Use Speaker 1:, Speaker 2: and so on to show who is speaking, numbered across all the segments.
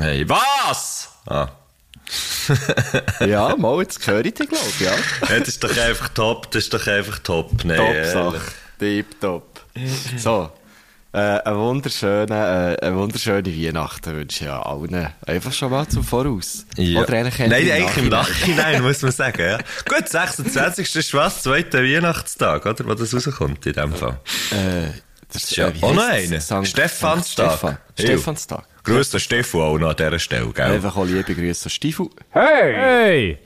Speaker 1: Hey, was? Ah.
Speaker 2: Ja, mal, jetzt höre ich dich, glaube ich. Ja.
Speaker 1: Ja, das ist doch einfach top, das ist doch einfach top. Nein,
Speaker 2: Top
Speaker 1: ehrlich.
Speaker 2: Sache. Deep top. So. Äh, eine, wunderschöne, äh, eine wunderschöne Weihnachten wünsche ich ja allen. Einfach schon mal zum Voraus.
Speaker 1: Ja.
Speaker 2: Oder eigentlich
Speaker 1: Nein, eigentlich im
Speaker 2: Nachhinein.
Speaker 1: Nachhinein, muss man sagen. Ja. Gut, 26. ist was? Zweiter Weihnachtstag, oder? Wo das rauskommt in dem Fall.
Speaker 2: Äh, das ist
Speaker 1: ja
Speaker 2: wie
Speaker 1: auch
Speaker 2: heisst
Speaker 1: noch
Speaker 2: das?
Speaker 1: einer.
Speaker 2: Sankt-
Speaker 1: Stephanstag.
Speaker 2: Stefan.
Speaker 1: Ew.
Speaker 2: Stephanstag.
Speaker 1: Grüß den Stefan auch noch an dieser Stelle, gell?
Speaker 2: Einfach auch liebe Grüße an Stiefel.
Speaker 3: Hey!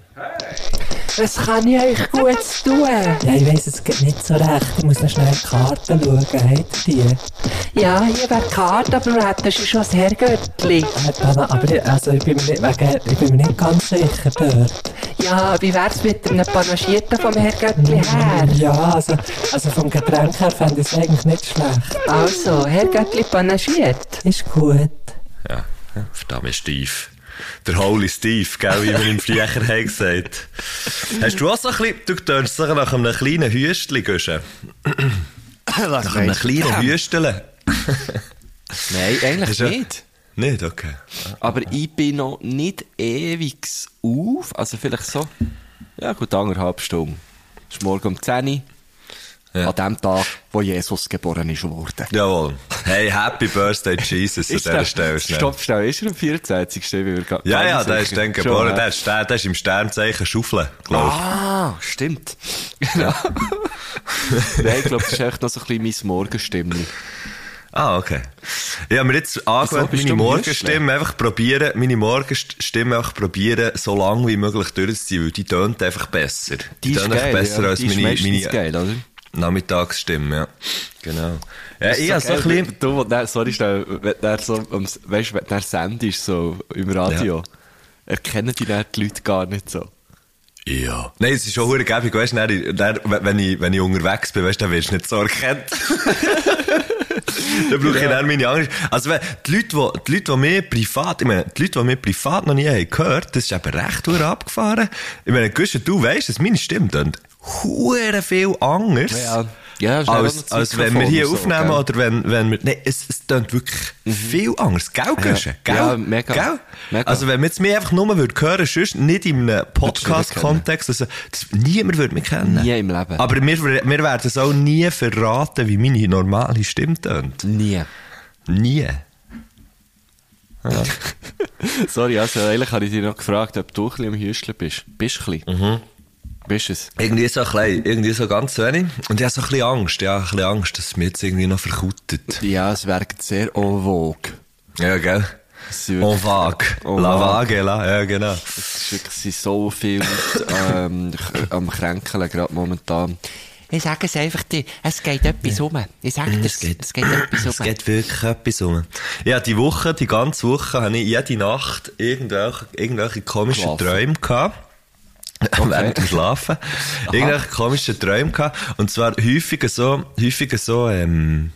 Speaker 4: Was kann ich euch Gutes tun?
Speaker 5: Ja, ich weiss es geht nicht so recht. Ich muss noch schnell in die Karten schauen. Habt ihr die? äh,
Speaker 4: Ja, hier wäre die Karte, aber wir hätten schon das Herrgöttli.
Speaker 5: Äh, Aber, aber ich- also, ich, bin mir nicht, wegen, ich bin mir nicht ganz sicher dort.
Speaker 4: Ja, wie wär's mit einem Panagierten vom Herrgöttli her?
Speaker 5: Ja, also, also vom Getränk her fände ich es eigentlich nicht schlecht.
Speaker 4: Also, Herrgöttli panagiert.
Speaker 5: Ist gut.
Speaker 1: Ja. ja. Verdammt, Steve. Der Holy Steve, gell, wie man im früher hat gesagt. Hast du auch so ein bisschen, du tönst so nach einem kleinen Hüstchen, Guschen.
Speaker 2: Nach
Speaker 1: Nach einem kleinen Hüsteln.
Speaker 2: Äh, Nein, eigentlich
Speaker 1: Ist ja-
Speaker 2: nicht.
Speaker 1: Nicht, okay.
Speaker 2: Aber ich bin noch nicht ewig auf. Also vielleicht so, ja gut, anderthalb Stunden. Es ist morgen um 10 Uhr.
Speaker 1: Ja.
Speaker 2: An dem Tag, wo Jesus geboren ist worden.
Speaker 1: Jawohl. Hey, Happy Birthday Jesus an
Speaker 2: Ist
Speaker 1: dieser
Speaker 2: der-
Speaker 1: Stelle. schnell.
Speaker 2: Stopp, schnell, ist er am 24. Ich bin mir gar-
Speaker 1: Ja,
Speaker 2: gar
Speaker 1: ja,
Speaker 2: nicht
Speaker 1: der
Speaker 2: sicher.
Speaker 1: ist dann
Speaker 2: Schon,
Speaker 1: geboren.
Speaker 2: ja.
Speaker 1: Der ist, der, der ist im Sternzeichen Schaufeln, glaube ich.
Speaker 2: Ah, stimmt. Genau. Nein, ich glaube, das ist echt noch so ein bisschen mein Morgenstimmli.
Speaker 1: Ah, okay. Ich habe mir jetzt angewöhnt,
Speaker 2: bist
Speaker 1: meine
Speaker 2: du am
Speaker 1: Morgenstimme einfach probieren, meine Morgenstimme einfach probieren, so lange wie möglich durchzuziehen, weil die tönt einfach besser.
Speaker 2: Die ist
Speaker 1: tönt einfach
Speaker 2: geil,
Speaker 1: besser
Speaker 2: ja.
Speaker 1: als
Speaker 2: Die ist
Speaker 1: meine,
Speaker 2: meistens
Speaker 1: meine
Speaker 2: geil, oder?
Speaker 1: Nachmittagsstimme, ja. Genau. Ja,
Speaker 2: Ist
Speaker 1: ich habe so ein
Speaker 2: geil,
Speaker 1: bisschen...
Speaker 2: wenn Du, wenn der, sorry, schnell, wenn der so, am S- weißt, wenn der sendest, so im Radio, erkennen die dann die Leute gar nicht so.
Speaker 1: Ja. Nein, es ist schon hure gäbig, weißt du, dann- dann- wenn ich, wenn ich unterwegs bin, weißt du, dann wirst du nicht so erkannt. dann brauche ich dann meine Angst. Also, wenn- die Leute, wo- die Leute, die mir privat, ich meine, die Leute, die mir privat noch nie haben gehört, das ist eben recht hure abgefahren. Ich meine, Guschen, du weißt, dass meine Stimme dann hure viel anders.
Speaker 2: Ja. Ja, schnell noch
Speaker 1: als,
Speaker 2: das
Speaker 1: als wenn wir
Speaker 2: Mikrofon
Speaker 1: hier
Speaker 2: und so,
Speaker 1: aufnehmen
Speaker 2: gell? Mhm.
Speaker 1: oder wenn, wenn wir, nein, es, es tönt wirklich viel anders, gell, Guschen? Gell?
Speaker 2: Ja, mega.
Speaker 1: Gell?
Speaker 2: Mega.
Speaker 1: Also, wenn man jetzt mich einfach nur würde hören, sonst nicht in einem Podcast-Kontext, also, das, niemand würde mich kennen.
Speaker 2: Nie im Leben.
Speaker 1: Aber wir, wir werden es auch nie verraten, wie meine normale Stimme tönt.
Speaker 2: Nie.
Speaker 1: Nie.
Speaker 2: Sorry, also eigentlich habe ich dich noch gefragt, ob du ein bisschen am Hüsteln bist. Bist du ein bisschen? Bist du es?
Speaker 1: Irgendwie so klein, irgendwie so ganz wenig. Und ich habe so ein bisschen Angst, ja, ein bisschen Angst, dass es mir jetzt irgendwie noch verkautet.
Speaker 2: Ja, es wäre sehr en vogue.
Speaker 1: Ja, gell?
Speaker 2: Es ist
Speaker 1: En
Speaker 2: wirklich-
Speaker 1: vague.
Speaker 2: En
Speaker 1: La
Speaker 2: vague.
Speaker 1: vague, la, ja, genau.
Speaker 2: Es ist wirklich es sind so viel Leute, ähm, k- am Kränkeln gerade momentan.
Speaker 6: Ich sage es einfach dir, es geht etwas um. Ich sage
Speaker 1: Mhm.
Speaker 6: es, es geht, etwas
Speaker 1: Es
Speaker 6: um.
Speaker 1: geht wirklich etwas um. Ja, die Woche, die ganze Woche, habe ich jede Nacht irgendwelche, irgendwelche komischen
Speaker 2: Schlafen.
Speaker 1: Träume gehabt. Während dem Schlafen. Irgendwelche komischen Träume gehabt. Und zwar häufiger so, häufiger so, ähm,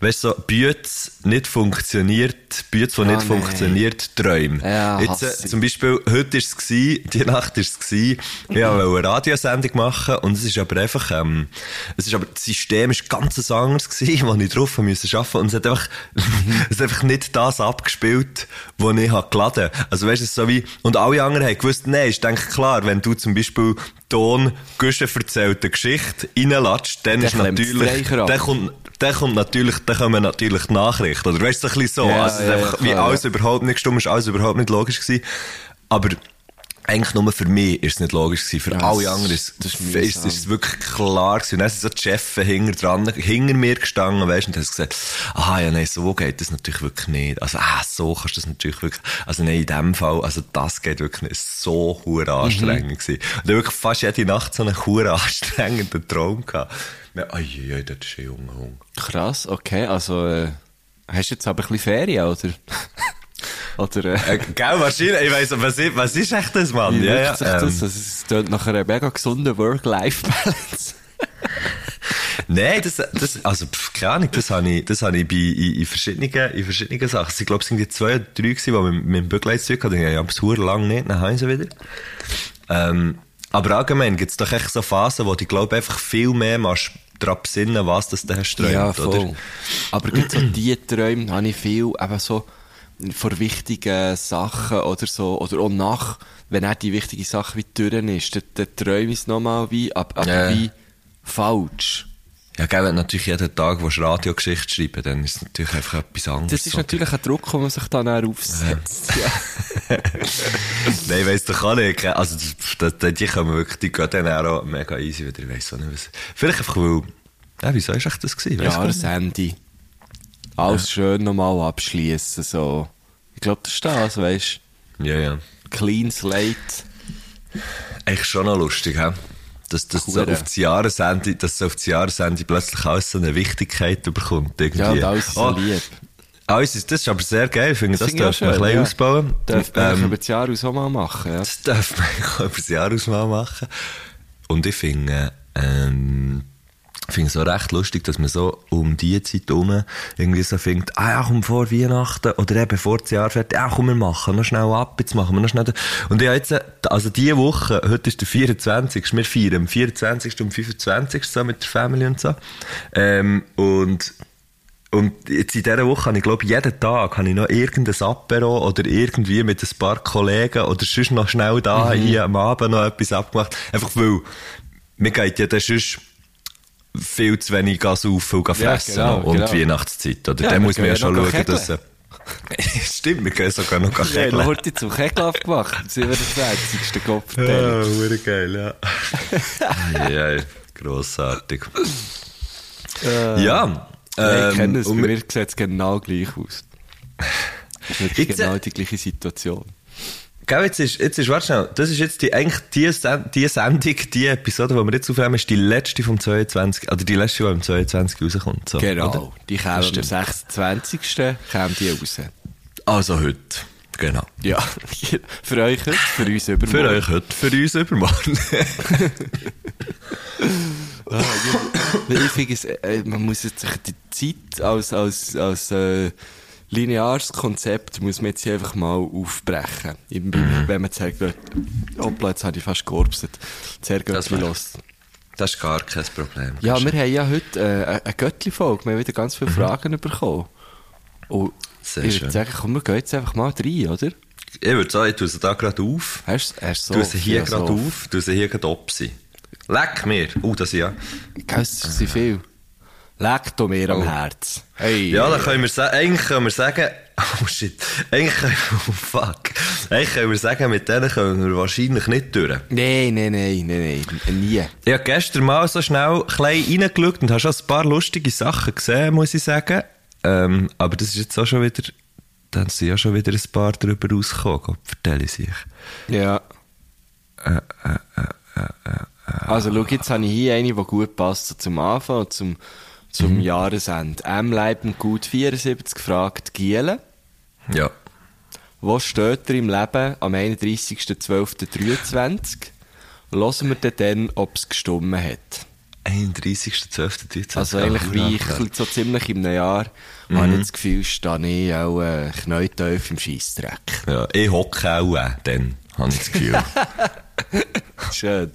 Speaker 1: weißt du, so, Bütz nicht funktioniert, Bütz, die nicht
Speaker 2: Ah, nein.
Speaker 1: funktioniert, Träume.
Speaker 2: Ja,
Speaker 1: Jetzt,
Speaker 2: hasse
Speaker 1: äh,
Speaker 2: ich.
Speaker 1: zum Beispiel, heute war es, gsi, die Nacht war es, gsi, ich wollte eine Radiosendung machen und es ist aber einfach, ähm, es ist aber, das System ist ganz anders, gewesen, wo ich drauf habe müssen arbeiten und es hat einfach, es hat einfach nicht das abgespielt, was ich habe geladen Also weißt du, es ist so wie, und alle anderen haben gewusst, nein, ist denke klar, wenn du zum Beispiel Ton Güsche erzählte Geschichte reinlatscht, dann
Speaker 2: Dann
Speaker 1: ist
Speaker 2: klemmt das
Speaker 1: natürlich,
Speaker 2: Streicher ab.
Speaker 1: dann kommt, dann kommt natürlich, dann kommen natürlich die Nachrichten, oder weißt du, so ein bisschen so,
Speaker 2: Ja,
Speaker 1: also es ist
Speaker 2: ja,
Speaker 1: einfach,
Speaker 2: ja,
Speaker 1: wie
Speaker 2: klar,
Speaker 1: alles alles
Speaker 2: ja.
Speaker 1: überhaupt nicht gestimmt, ist alles überhaupt nicht logisch gewesen. Aber eigentlich nur für mich ist es nicht logisch gewesen. Für
Speaker 2: Ja,
Speaker 1: alle
Speaker 2: das-
Speaker 1: anderen ist,
Speaker 2: das ist
Speaker 1: ist,
Speaker 2: mühsam.
Speaker 1: ist es wirklich klar gewesen. Und dann sind so die Chefs hinter, dran, hinter mir gestanden, weißt, und haben gesagt, aha, ja, nein, so geht das natürlich wirklich nicht. Also, ah, so kannst du das natürlich wirklich, also nein, in dem Fall, also das geht wirklich nicht. Es war So hure
Speaker 2: Mhm.
Speaker 1: anstrengend gewesen. Und dann wirklich fast jede Nacht so einen hure anstrengenden Traum gehabt. Ja, ai, ai, ai, das ist ein junger Hund.
Speaker 2: Krass, okay, also äh, hast du jetzt aber ein bisschen Ferien, oder? oder äh,
Speaker 1: Äh, gell, wahrscheinlich, ich weiss, was ist, was ist echt das, Mann?
Speaker 2: wie wirkt sich
Speaker 1: ähm,
Speaker 2: das? Also, es tönt nach einer mega gesunden Work-Life-Balance.
Speaker 1: Nein, das, das, also, pff, keine Ahnung, das habe ich, das habe ich bei, in, in verschiedenen, in verschiedenen Sachen. Also, Ich glaube, es sind die zwei oder drei gewesen, die mit, mit dem Bügeleitzeug hatten. Ich habe es sehr lange nicht, dann haben sie wieder. Ähm, aber allgemein gibt es doch echt so Phasen, wo du, glaube einfach viel mehr machst, daran besinnen, was das da hast träumt, oder?
Speaker 2: Aber gerade so die Träume habe ich viel, eben so,
Speaker 7: vor wichtigen Sachen oder so, oder auch nach, wenn er die wichtige Sache wie durch ist, dann, dann träume ich es nochmal wie, aber, aber
Speaker 1: Ja.
Speaker 7: wie falsch.
Speaker 1: Ja, gell, wenn du natürlich jeden Tag willst Radiogeschichte schreiben dann ist es natürlich einfach etwas anderes.
Speaker 7: Das ist natürlich ein Druck, den man sich dann auch aufsetzt. Ja.
Speaker 1: Nein, weiss doch auch nicht. gell. Also, das, das, die kommen wirklich, die gehen dann auch mega easy wieder. Ich weiss auch nicht, was. Vielleicht einfach, weil, ja, wieso ist echt das gewesen? Weiss gar nicht.
Speaker 7: Jahresende. Alles schön nochmal abschließen so. Ich glaube, das ist das, weißt
Speaker 1: Ja, ja.
Speaker 7: du? Clean Slate.
Speaker 1: Eigentlich schon noch lustig, hä? Dass, dass so
Speaker 7: Hure.
Speaker 1: auf das Jahresende, dass so auf das Jahresende plötzlich alles so eine Wichtigkeit bekommt, irgendwie.
Speaker 7: Ja, und alles ist so
Speaker 1: Oh,
Speaker 7: lieb.
Speaker 1: alles ist, das ist aber sehr geil, ich finde, das,
Speaker 7: finde ich auch
Speaker 1: darf man ein
Speaker 7: schön,
Speaker 1: bisschen
Speaker 7: ja.
Speaker 1: ausbauen.
Speaker 7: Darf man
Speaker 1: Ähm,
Speaker 7: über das Jahr aus auch mal machen, ja?
Speaker 1: Das darf man eigentlich auch über das Jahr aus mal machen. Und ich finde, ähm, ich finde es auch recht lustig, dass man so um die Zeit herum irgendwie so findet, ah ja, komm vor Weihnachten oder eben vor das Jahr fertig, ja, komm, wir machen noch schnell ab, jetzt machen wir noch schnell. Und ich habe jetzt, äh, also diese Woche, heute ist der 24. Wir feiern am 24. und 25. so mit der Family und so. Ähm, und und jetzt in dieser Woche habe ich, glaube ich, jeden Tag habe ich noch irgendein Apero oder irgendwie mit ein paar Kollegen oder sonst noch schnell da
Speaker 7: Mhm.
Speaker 1: hier am Abend noch etwas abgemacht. Einfach weil, mir geht ja dann sonst viel zu wenig Gas auf und
Speaker 7: Ja,
Speaker 1: fressen
Speaker 7: genau,
Speaker 1: noch. und
Speaker 7: genau.
Speaker 1: Weihnachtszeit. Oder
Speaker 7: Ja,
Speaker 1: dann
Speaker 7: wir
Speaker 1: muss man ja
Speaker 7: gehen
Speaker 1: schon
Speaker 7: noch
Speaker 1: schauen, dass... äh,
Speaker 7: kegeln.
Speaker 1: Stimmt, wir können sogar noch
Speaker 7: Wir haben
Speaker 1: kegeln.
Speaker 7: heute zum Kegelhof gemacht. Am 27. Kopf.
Speaker 1: Ja, hure Ah, geil, ja. ja, grossartig. ja.
Speaker 7: Ähm, Nein, ich
Speaker 1: ähm,
Speaker 7: kenne es. Bei
Speaker 1: und wir-
Speaker 7: mir sieht es genau gleich aus. Das ist wirklich
Speaker 1: Jetzt, äh,
Speaker 7: genau die gleiche Situation.
Speaker 1: Gell, jetzt ist, jetzt ist, warte schnell, das ist jetzt die, eigentlich die, Sen- die Sendung, die Episode, die wir jetzt aufnehmen, ist die letzte vom 22, oder die letzte, die am 22 rauskommt. So,
Speaker 7: Genau.
Speaker 1: Oder?
Speaker 7: Die kämen am 26. kämen die raus.
Speaker 1: Also heute. Genau.
Speaker 7: Ja, für euch heute, für uns
Speaker 1: Für
Speaker 7: übermorgen.
Speaker 1: euch heute, für uns übermorgen.
Speaker 7: Weil ich finde, es, äh, man muss jetzt sich die Zeit als, als, als äh, lineares Konzept muss man jetzt hier einfach mal aufbrechen. Im-
Speaker 1: Mhm.
Speaker 7: Wenn man sagt, äh, hoppla, jetzt habe ich fast georbset. Sehr
Speaker 1: Das
Speaker 7: Göttli
Speaker 1: wär-
Speaker 7: los.
Speaker 1: das ist gar kein Problem.
Speaker 7: Ja, wir haben ja heute äh, eine- eine Göttli-Folge. Wir haben wieder ganz viele Fragen bekommen. Und
Speaker 1: Sehr
Speaker 7: ich
Speaker 1: Mhm. schön.
Speaker 7: würde sagen, komm, wir gehen jetzt einfach mal rein, oder?
Speaker 1: Ich würde sagen, ich tue sie da gerade auf.
Speaker 7: Hast, hast so
Speaker 1: tue sie hier
Speaker 7: Philosoph.
Speaker 1: gerade auf, tue sie hier gerade opsi. Leck mir. Oh, das ja.
Speaker 7: Gell, es sind
Speaker 1: Ah.
Speaker 7: viel. Leckt doch mir am Herz. Hey.
Speaker 1: Oh. Ja, dann können wir sagen, eigentlich können wir sagen, oh shit, eigentlich können wir, oh fuck, eigentlich können wir sagen, mit denen können wir wahrscheinlich nicht durch.
Speaker 7: Nein, nein, nein, nein, nein, nie.
Speaker 1: Ich habe gestern mal so schnell klein reingeschaut und habe schon ein paar lustige Sachen gesehen, muss ich sagen. Ähm, aber das ist jetzt auch schon wieder, dann sind ja schon wieder ein paar darüber rausgekommen, Gott, vertelle ich sich.
Speaker 7: Ja. Also, schau, jetzt habe ich hier eine, die gut passt so zum Anfang und zum, zum
Speaker 1: Mhm.
Speaker 7: Jahresende. M. Leiben gut 74 fragt Giele,
Speaker 1: Ja.
Speaker 7: wo steht er im Leben am 31.12.23? Hören wir denn dann, ob es gestummen hat.
Speaker 1: 31.12.13.
Speaker 7: Also eigentlich wie ich ein bisschen so ziemlich im Jahr
Speaker 1: Mhm.
Speaker 7: habe ich das Gefühl, stehe ich auch äh, knäuteuf im Scheissdreck.
Speaker 1: Ja, ich hocke auch äh, dann, habe ich das Gefühl.
Speaker 7: Schön.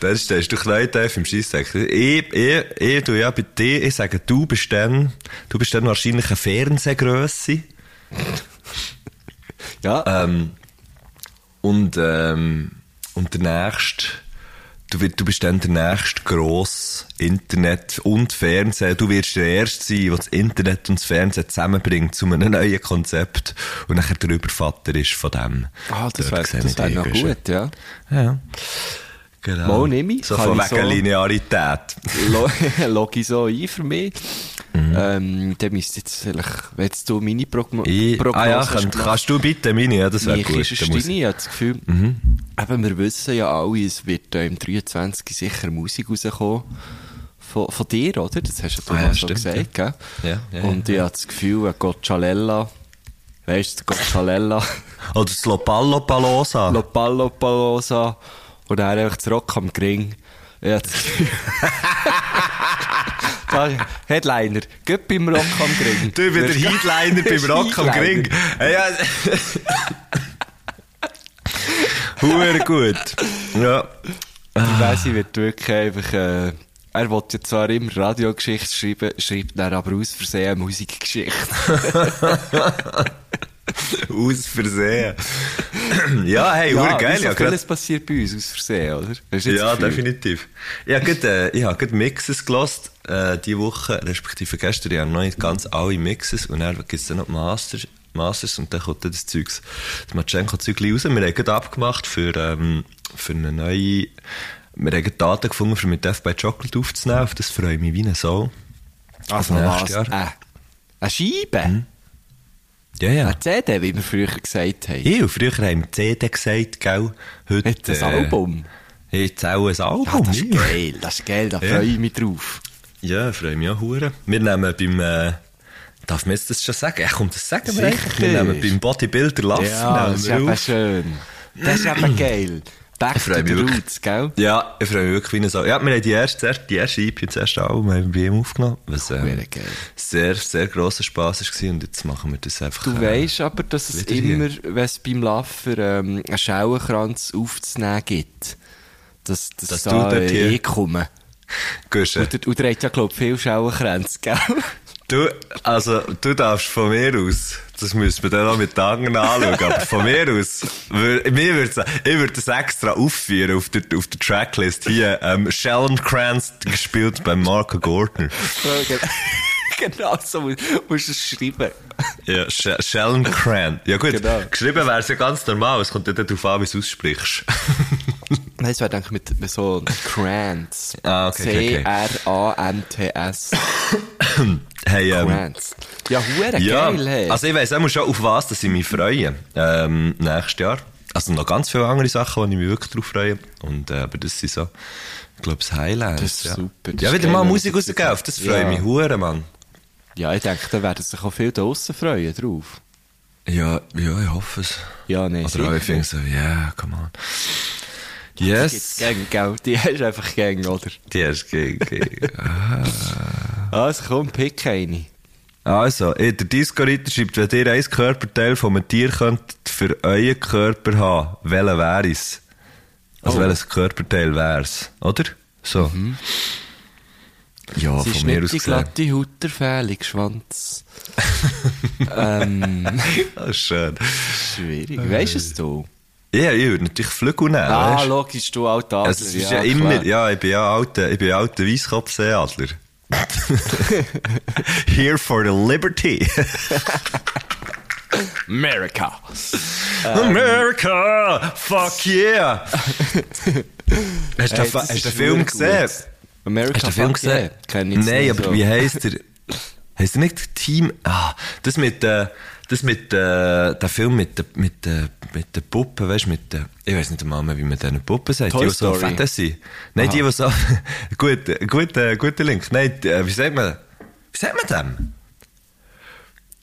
Speaker 1: Dann stehst du knalltief im Scheissdreck. Ich, ich, ich, tu ja bei dir, ich sage, du bist dann, du bist dann wahrscheinlich eine Fernsehgrösse.
Speaker 7: Ja,
Speaker 1: Ähm, und, ähm, und der nächste, du, wirst- du bist dann der nächste grosse Internet und Fernsehen. Du wirst der Erste sein, der das Internet und das Fernsehen zusammenbringt zu einem neuen Konzept und nachher der Übervater ist von dem.
Speaker 7: ah, das
Speaker 1: Dort
Speaker 7: wäre
Speaker 1: sehe ich
Speaker 7: wär
Speaker 1: dich,
Speaker 7: noch
Speaker 1: gell, schön.
Speaker 7: gut, ja.
Speaker 1: Ja. Genau.
Speaker 7: Mal nehme ich.
Speaker 1: So
Speaker 7: Kann
Speaker 1: von
Speaker 7: ich
Speaker 1: wegen
Speaker 7: so-
Speaker 1: Linearität.
Speaker 7: Lo- log ich so ein für mich.
Speaker 1: Mhm.
Speaker 7: Ähm, dann müsste jetzt vielleicht, wenn jetzt du meine Progno
Speaker 1: Ich,
Speaker 7: Prognose
Speaker 1: ah ja,
Speaker 7: hast
Speaker 1: könnt,
Speaker 7: gemacht,
Speaker 1: kannst du bitte meine, ja, das wäre
Speaker 7: mich
Speaker 1: gut.
Speaker 7: ist
Speaker 1: dann muss
Speaker 7: es
Speaker 1: Mhm. ich-
Speaker 7: deine. Ich habe das Gefühl, eben, wir wissen ja alle, es wird äh, im 23 sicher Musik rauskommen. Von, von dir, oder? Das hast ja du
Speaker 1: Ah ja,
Speaker 7: mal schon
Speaker 1: stimmt,
Speaker 7: gesagt, gell?
Speaker 1: Ja, ja,
Speaker 7: Und ich habe das Gefühl, äh, Goccialella, weißt du, Goccialella,
Speaker 1: Oder das Lopallo Palosa.
Speaker 7: Lopallo Palosa und dann einfach das Rock am Gring. Ich habe das Gefühl... da, Headliner, geht beim Rock am Gring.
Speaker 1: du bist der Headliner beim Rock am
Speaker 7: Headliner.
Speaker 1: Gring. Ja, Eh, ja. Huere gut. Ja.
Speaker 7: Die Wesi wird wirklich einfach äh, er wollte ja zwar immer Radiogeschichte schreiben, schreibt dann aber aus Versehen Musikgeschichte.
Speaker 1: Aus Versehen. ja, hey, ja, geil. Ja,
Speaker 7: Ja, so vieles passiert bei uns aus Versehen, oder? Hast du jetzt
Speaker 1: ja
Speaker 7: das Gefühl?
Speaker 1: definitiv. Ich habe gerade, äh, ich hab gerade Mixes gelost äh, diese Woche, respektive gestern. Ich habe noch nicht ganz alle Mixes und dann gibt es dann noch die Masters, Masters und dann kommt dann das Zeugs, das Matschenko-Zeug raus. Wir haben gerade abgemacht für, ähm, für eine neue... Wir haben gerade Daten gefunden, um mit Death by Chocolate aufzunehmen. Auf das freue ich mich wie ein Soul.
Speaker 7: Also was?
Speaker 1: nächstes Jahr. Hm.
Speaker 7: Äh, eine Scheibe?
Speaker 1: Ja, ja.
Speaker 7: Eine CD, wie wir früher gesagt haben.
Speaker 1: Ich, früher haben wir CD gesagt, gell? Heute...
Speaker 7: Jetzt ein Album.
Speaker 1: Äh, jetzt auch ein
Speaker 7: Ah,
Speaker 1: Album.
Speaker 7: das ist
Speaker 1: ja.
Speaker 7: geil, das ist geil, da
Speaker 1: Ja.
Speaker 7: freue ich mich drauf.
Speaker 1: Ja, freue mich auch hure. Wir nehmen beim... Äh, darf man jetzt das schon sagen? Ja, komm, das sagen wir
Speaker 7: Sicher.
Speaker 1: eigentlich. Wir nehmen beim Bodybuilder Laff.
Speaker 7: Ja,
Speaker 1: nehmen
Speaker 7: das ist
Speaker 1: wir
Speaker 7: eben
Speaker 1: auf.
Speaker 7: schön. Das ist eben geil. Back to
Speaker 1: freue
Speaker 7: the
Speaker 1: mich wirklich.
Speaker 7: Roots, gell?
Speaker 1: Ja, ich freue mich wirklich wie eine Sau. Ja, wir haben die erste, die erste EP, das erste Album haben wir bei ihm aufgenommen. Was ähm,
Speaker 7: Mega geil.
Speaker 1: sehr, sehr grosser Spass war. Und jetzt machen wir das einfach... äh,
Speaker 7: Du weißt aber, dass es
Speaker 1: wieder hier.
Speaker 7: immer, wenn es beim Laffer ähm, einen Schauenkranz aufzunehmen gibt, dass, dass,
Speaker 1: Dass
Speaker 7: da
Speaker 1: du dort hier-
Speaker 7: ich komme.
Speaker 1: Guschen.
Speaker 7: Und, und er hat ja, glaube ich, viele Schauenkränze, gell?
Speaker 1: Du, also, du darfst von mir aus, das müssen wir dann auch mit den anderen anschauen, aber von mir aus, wür, mir würd's, ich würde das extra aufführen auf der, auf der Tracklist hier, ähm, Schellenkranz gespielt bei Marco Gordon.
Speaker 7: genau so mu- musst du es schreiben.
Speaker 1: Ja, Sch Schellenkranz. Ja gut,
Speaker 7: Genau.
Speaker 1: geschrieben wäre es ja ganz normal, es kommt ja darauf an, wie du es aussprichst.
Speaker 7: Nein, es wäre, denke ich, mit, mit so einem Kranz.
Speaker 1: Ah, okay, okay, okay.
Speaker 7: C-R-A-N-T-S.
Speaker 1: Hey, ähm,
Speaker 7: Kranz. Ja, hure
Speaker 1: ja,
Speaker 7: geil, hey.
Speaker 1: also ich weiss auch schon, auf was dass ich mich freue, ähm, nächstes Jahr. Also noch ganz viele andere Sachen, wo ich mich wirklich drauf freue. Und, äh, aber das sind so, ich glaube, das Highlight.
Speaker 7: Das ist
Speaker 1: ja.
Speaker 7: super, das
Speaker 1: ja,
Speaker 7: ist
Speaker 1: wieder
Speaker 7: geil,
Speaker 1: mal
Speaker 7: wenn
Speaker 1: Musik
Speaker 7: das jetzt
Speaker 1: rausgehen, auf das
Speaker 7: kommt.
Speaker 1: freue ich
Speaker 7: Ja.
Speaker 1: mich hure, Mann.
Speaker 7: ja, ich denke, da werden sich auch viele draussen freuen drauf.
Speaker 1: Ja, ja, ich hoffe es.
Speaker 7: Ja, nee,
Speaker 1: Oder auch ich finde so, yeah, come on.
Speaker 7: Gibt's
Speaker 1: Yes.
Speaker 7: Gang, gell? Die hast du einfach Gang, oder?
Speaker 1: Die erste Gig- Gig.
Speaker 7: Also komm, pick eine.
Speaker 1: Also, eh, der Disco-Ritter schreibt, wenn ihr ein Körperteil von einem Tier könnt für euren Körper haben, welcher wäre es? Also,
Speaker 7: Oh. Mhm.
Speaker 1: welches Körperteil wäre es? Oder? So. Ja,
Speaker 7: Es ist
Speaker 1: von mir
Speaker 7: nicht
Speaker 1: aus
Speaker 7: die
Speaker 1: gesehen.
Speaker 7: glatte Haut der Felix-Schwanz. ähm,
Speaker 1: Das ist Ah, schön.
Speaker 7: schwierig. Äh. Weißt du es du?
Speaker 1: Ja, ich würde natürlich Flügel nehmen,
Speaker 7: Ah,
Speaker 1: weißt du?
Speaker 7: logisch, du alter Adler.
Speaker 1: Also, es ist ja, immer, ja, ich bin ja alter, ich bin ja alter Weisskopfseeadler. Here for the liberty.
Speaker 7: America.
Speaker 1: America! Fuck yeah! hast du den, Fa-
Speaker 7: das
Speaker 1: hast
Speaker 7: ist
Speaker 1: du den Film
Speaker 7: wirklich
Speaker 1: gesehen?
Speaker 7: gut. America,
Speaker 1: Hast du den Film
Speaker 7: fuck
Speaker 1: gesehen?
Speaker 7: Yeah. Kenn ich jetzt
Speaker 1: Nein,
Speaker 7: nicht
Speaker 1: aber
Speaker 7: so.
Speaker 1: wie heisst der? Heisst der nicht Team? Ah, das mit, äh, das mit, äh, der Film mit, der- mit, äh, mit den Puppen, weißt du, mit den, ich weiß nicht einmal mehr, wie man diesen Puppen sagt,
Speaker 7: Toy
Speaker 1: die, die so
Speaker 7: Story.
Speaker 1: fett sind. Nein, die, die so, gut, äh, gut, äh, guter Link. Nein, die, äh, wie sagt man, wie sagt man dem?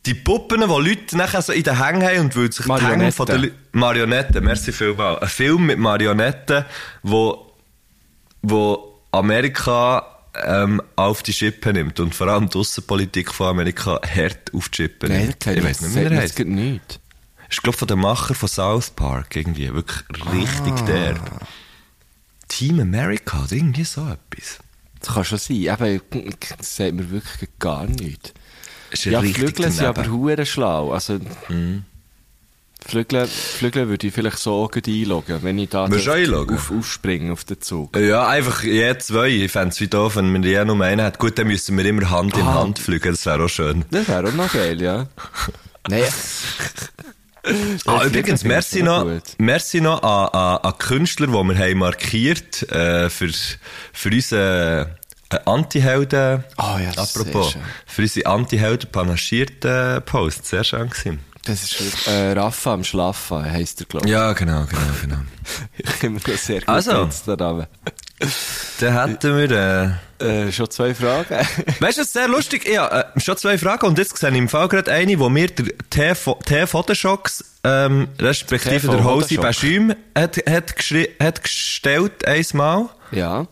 Speaker 1: Die Puppen, die Leute nachher so in den Hängen haben und weil sich die Hänge von den
Speaker 7: Marionetten.
Speaker 1: Leuten... Marionetten, merci vielmals. Ein Film mit Marionetten, wo wo Amerika ähm, auf die Schippe nimmt und vor allem die Außenpolitik von Amerika hart auf die Schippe
Speaker 7: Nein, das
Speaker 1: nimmt.
Speaker 7: kenn
Speaker 1: ich
Speaker 7: ich
Speaker 1: weiß nicht,
Speaker 7: jetzt
Speaker 1: wie er
Speaker 7: Sagt mir
Speaker 1: heißt.
Speaker 7: jetzt gerade nicht.
Speaker 1: Ist glaube von dem Macher von South Park irgendwie wirklich richtig
Speaker 7: Ah.
Speaker 1: derb. Team America, oder irgendwie so etwas.
Speaker 7: Das kann schon sein. Eben, das sagt mir wirklich gar nichts.
Speaker 1: Ist
Speaker 7: Ja,
Speaker 1: richtig
Speaker 7: Flügel sind
Speaker 1: daneben. Mhm.
Speaker 7: aber hure schlau. Also, Flügel, Flügel würde ich vielleicht so auch gleich einloggen, wenn ich da
Speaker 1: Würdest du
Speaker 7: dürfte
Speaker 1: einloggen?
Speaker 7: auf, aufspringen auf den Zug.
Speaker 1: Ja, einfach je zwei. Ich fände es wie doof, wenn man je nur einen hat. Gut, dann müssen wir immer Hand in
Speaker 7: Ah.
Speaker 1: Hand fliegen, das wäre auch schön.
Speaker 7: Das wäre auch noch geil, ja. Nein.
Speaker 1: Ah,
Speaker 7: Flügel
Speaker 1: übrigens,
Speaker 7: finde ich
Speaker 1: merci
Speaker 7: schon
Speaker 1: noch,
Speaker 7: gut.
Speaker 1: merci noch an, an, an die Künstler, die wir haben markiert äh, für, für unsere äh, Anti-Helden.
Speaker 7: Ah, ja, das ist
Speaker 1: Apropos,
Speaker 7: sehr schön.
Speaker 1: für unsere Anti-Helden panaschierten Post. Sehr schön gewesen.
Speaker 7: Das ist wirklich, äh, Raffa am Schlaffen, heisst er, glaube ich.
Speaker 1: Ja, genau, genau, genau.
Speaker 7: Ich kann mir das sehr gut
Speaker 1: Also.
Speaker 7: jetzt den Namen.
Speaker 1: Dann hätten wir. Äh,
Speaker 7: Äh, schon zwei Fragen.
Speaker 1: weißt du, das ist sehr lustig. Ich habe äh, schon zwei Fragen und jetzt sehe ich im Fall gerade eine, wo mir der T. Fo- T. Photoshocks, ähm, respektive
Speaker 7: T.
Speaker 1: der Hosi
Speaker 7: Photoshop.
Speaker 1: Baschüm, hat, hat, geschri- hat gestellt, einmal.
Speaker 7: ja.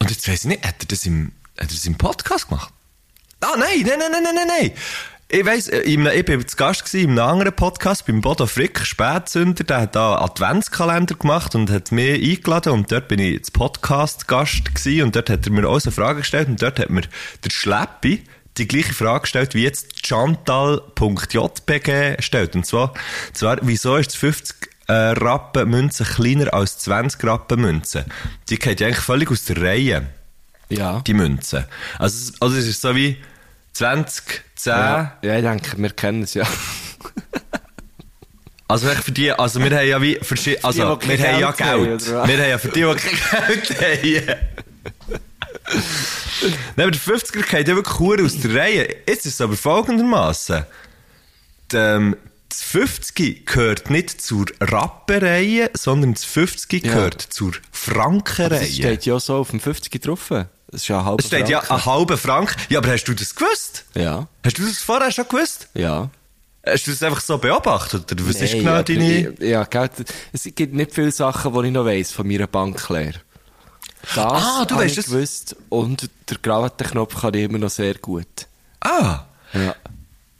Speaker 1: Und jetzt weiss ich nicht, hat er das im, hat er das im Podcast gemacht? Ah, nein, nein, nein, nein, nein, nein, nein. Ich weiss, äh, in einem- ich war zu Gast gewesen, in einem anderen Podcast, beim Bodo Frick, Spätzünder, der hat da einen Adventskalender gemacht und hat mich eingeladen und dort bin ich als Podcast-Gast gewesen und dort hat er mir auch so eine Frage gestellt und dort hat mir der Schleppi die gleiche Frage gestellt, wie jetzt Chantal.jpg stellt. Und zwar, zwar wieso ist das 50 äh, Rappen Münze kleiner als 20 Rappen Münze? Die geht ja eigentlich völlig aus der Reihe
Speaker 7: Ja.
Speaker 1: die Münzen. Also, es- also es ist so wie 20, 10.
Speaker 7: ja. Ja, ich denke, wir kennen es ja.
Speaker 1: Also vielleicht für die, also wir haben ja wie verschiedene, also
Speaker 7: die
Speaker 1: wir
Speaker 7: kein
Speaker 1: haben ja
Speaker 7: Geld haben,
Speaker 1: Geld. Wir
Speaker 7: oder was?
Speaker 1: haben ja für die, die kein Geld haben. Nein, aber der 50er geht ja wirklich cool aus der Reihe. Jetzt ist es aber folgendermaßen. Ähm, das 50 gehört nicht zur Rappereihe, sondern das 50
Speaker 7: Ja.
Speaker 1: gehört zur
Speaker 7: Es
Speaker 1: Frankenreihe.
Speaker 7: steht ja so auf dem 50er drauf. Es ist ja ein halber
Speaker 1: Es steht ja
Speaker 7: Franken.
Speaker 1: ein halber Frank. Ja, aber hast du das gewusst?
Speaker 7: Ja.
Speaker 1: Hast du das vorher schon gewusst?
Speaker 7: Ja.
Speaker 1: Hast du das einfach so beobachtet? Oder was ist
Speaker 7: Nein,
Speaker 1: genau
Speaker 7: aber
Speaker 1: deine.
Speaker 7: ich- Ja, gell, es gibt nicht viele Sachen, die ich noch weiss von meiner Banklehre. Das
Speaker 1: Ah, du
Speaker 7: habe
Speaker 1: weisst
Speaker 7: ich
Speaker 1: es?
Speaker 7: gewusst und der Krawattenknopf kann ich immer noch sehr gut.
Speaker 1: Ah!
Speaker 7: Ja.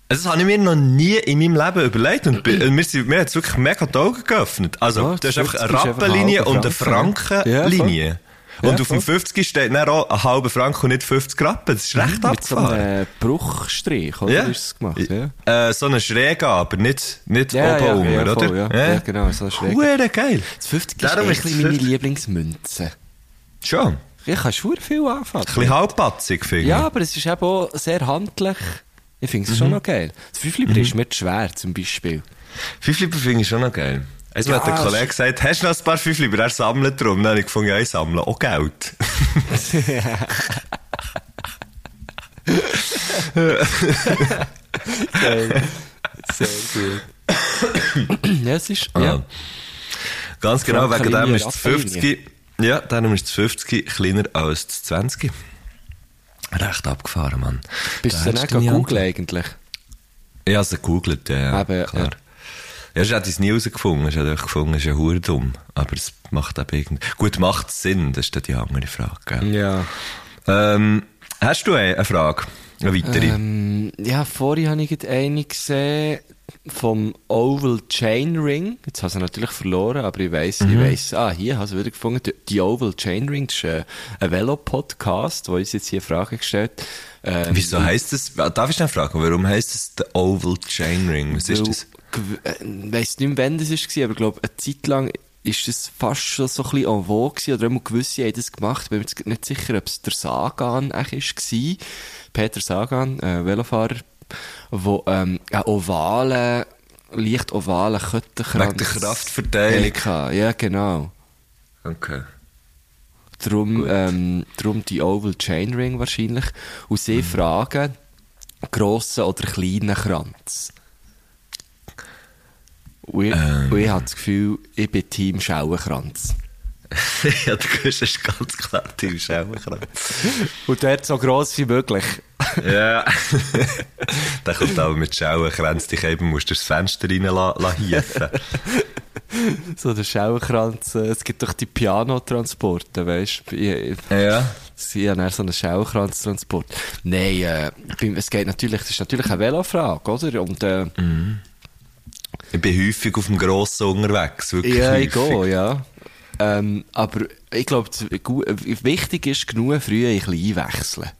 Speaker 1: Also das habe ich mir noch nie in meinem Leben überlegt. Und bin, und mir, sind- mir hat es wirklich mega die Augen geöffnet. Also,
Speaker 7: Ja,
Speaker 1: du hast
Speaker 7: das
Speaker 1: einfach eine
Speaker 7: 50 ist
Speaker 1: Rappenlinie
Speaker 7: einfach
Speaker 1: und eine
Speaker 7: ein halber Franken, ja.
Speaker 1: Frankenlinie.
Speaker 7: Ja,
Speaker 1: und
Speaker 7: Ja,
Speaker 1: auf dem 50 steht dann auch ein halber Franken und nicht 50 Rappen. Das ist recht
Speaker 7: Mhm, Mit so einem
Speaker 1: abgefahren.
Speaker 7: äh, Bruchstrich, oder? Ist es gemacht, ja.
Speaker 1: Äh, so eine Schräge, aber nicht, nicht
Speaker 7: Ja,
Speaker 1: oben
Speaker 7: ja,
Speaker 1: unten,
Speaker 7: ja, voll,
Speaker 1: oder?
Speaker 7: ja. Ja, genau, so eine Schräge.
Speaker 1: Hure geil.
Speaker 7: Das 50
Speaker 1: Darum
Speaker 7: ist
Speaker 1: ist
Speaker 7: eigentlich meine
Speaker 1: das-
Speaker 7: Lieblingsmünze.
Speaker 1: Schon. Ein
Speaker 7: Ich kann schwer viel anfangen.
Speaker 1: bisschen halbpatzig, finde ich.
Speaker 7: Ja, aber es ist eben auch sehr handlich. Ich finde es schon noch geil. Das Fünfliber ist mir zu schwer, zum Beispiel.
Speaker 1: Fünfliber finde ich schon noch geil. Einmal hat
Speaker 7: Ja,
Speaker 1: der
Speaker 7: es
Speaker 1: Kollege
Speaker 7: ist-
Speaker 1: gesagt, hast du noch ein paar Fünfliber? Er sammelt drum. Dann habe ich gefunden, ja, ich sammle auch Geld.
Speaker 7: Sehr gut. ja, es
Speaker 1: Ah.
Speaker 7: ist. Ja.
Speaker 1: Ganz genau,
Speaker 7: Franken
Speaker 1: wegen dem
Speaker 7: Linie,
Speaker 1: ist das
Speaker 7: Raffaelinie.
Speaker 1: 50. Ja, darum ist das 50 kleiner als das 20. Recht abgefahren, Mann.
Speaker 7: Bist
Speaker 1: Da
Speaker 7: du dann auch
Speaker 1: hättest deine
Speaker 7: Google
Speaker 1: Antwort.
Speaker 7: eigentlich?
Speaker 1: Ich habe es gegoogelt, ja, ja.
Speaker 7: Eben,
Speaker 1: klar. Ja, ich hätte es nie herausgefunden. Ich hätte gefunden, es ist ja hure dumm. Aber es macht eben irgendwie... Gut, macht es Sinn? Das ist dann die andere Frage, gell?
Speaker 7: Ja.
Speaker 1: Ähm, hast du eine eine Frage? Eine weitere?
Speaker 7: Ähm, ja, vorhin habe ich gerade eine gesehen vom Oval Chain Ring. Jetzt habe ich natürlich verloren, aber ich weiss, ich weiss. Ah, hier habe ich es wieder gefunden. Die- Die Oval Chain Ring das ist äh, ein Velo-Podcast, der uns jetzt hier Fragen gestellt Ähm,
Speaker 1: Wieso heisst das? Darf ich noch fragen, warum heisst das der Oval Chain Ring? Was ist das?
Speaker 7: äh, Ich weiss nicht mehr, wann das war, aber ich glaube, eine Zeit lang ist das fast schon so ein bisschen en vogue gewesen, oder einmal gewisse haben das gemacht. Ich bin mir jetzt nicht sicher, ob es der Sagan eigentlich war. Peter Sagan, äh, Velofahrer, wo ähm, einen ovalen, leicht ovalen Kötterkranz
Speaker 1: Wegen der Kraftverteilung.
Speaker 7: hatte. Ja, genau.
Speaker 1: Okay.
Speaker 7: Drum, ähm, drum die Oval Chain Ring wahrscheinlich. Und sie fragen, grossen oder kleinen Kranz. Und ich, und ich habe das Gefühl, ich bin Team Schauenkranz.
Speaker 1: ja, du gehst ist ganz klar Team Schauenkranz.
Speaker 7: Und dort so gross wie möglich.
Speaker 1: ja. der kommt aber mit Schauenkranz, dich eben musst du das Fenster rein la- la hieven.
Speaker 7: So der Schauenkranz, äh, es gibt doch die Piano-Transporte, weißt du? Ich- ich-
Speaker 1: ja.
Speaker 7: Sie haben dann so einen Schauenkranztransport. Nein, äh, beim- es geht natürlich, das ist natürlich eine Velofrage, oder? Und, äh,
Speaker 1: Ich bin häufig auf dem Grossen unterwegs, wirklich
Speaker 7: Ja,
Speaker 1: häufig.
Speaker 7: ich gehe, ja. Ähm, aber ich glaube, eh, wichtig ist, genug früh ein bisschen einwechseln.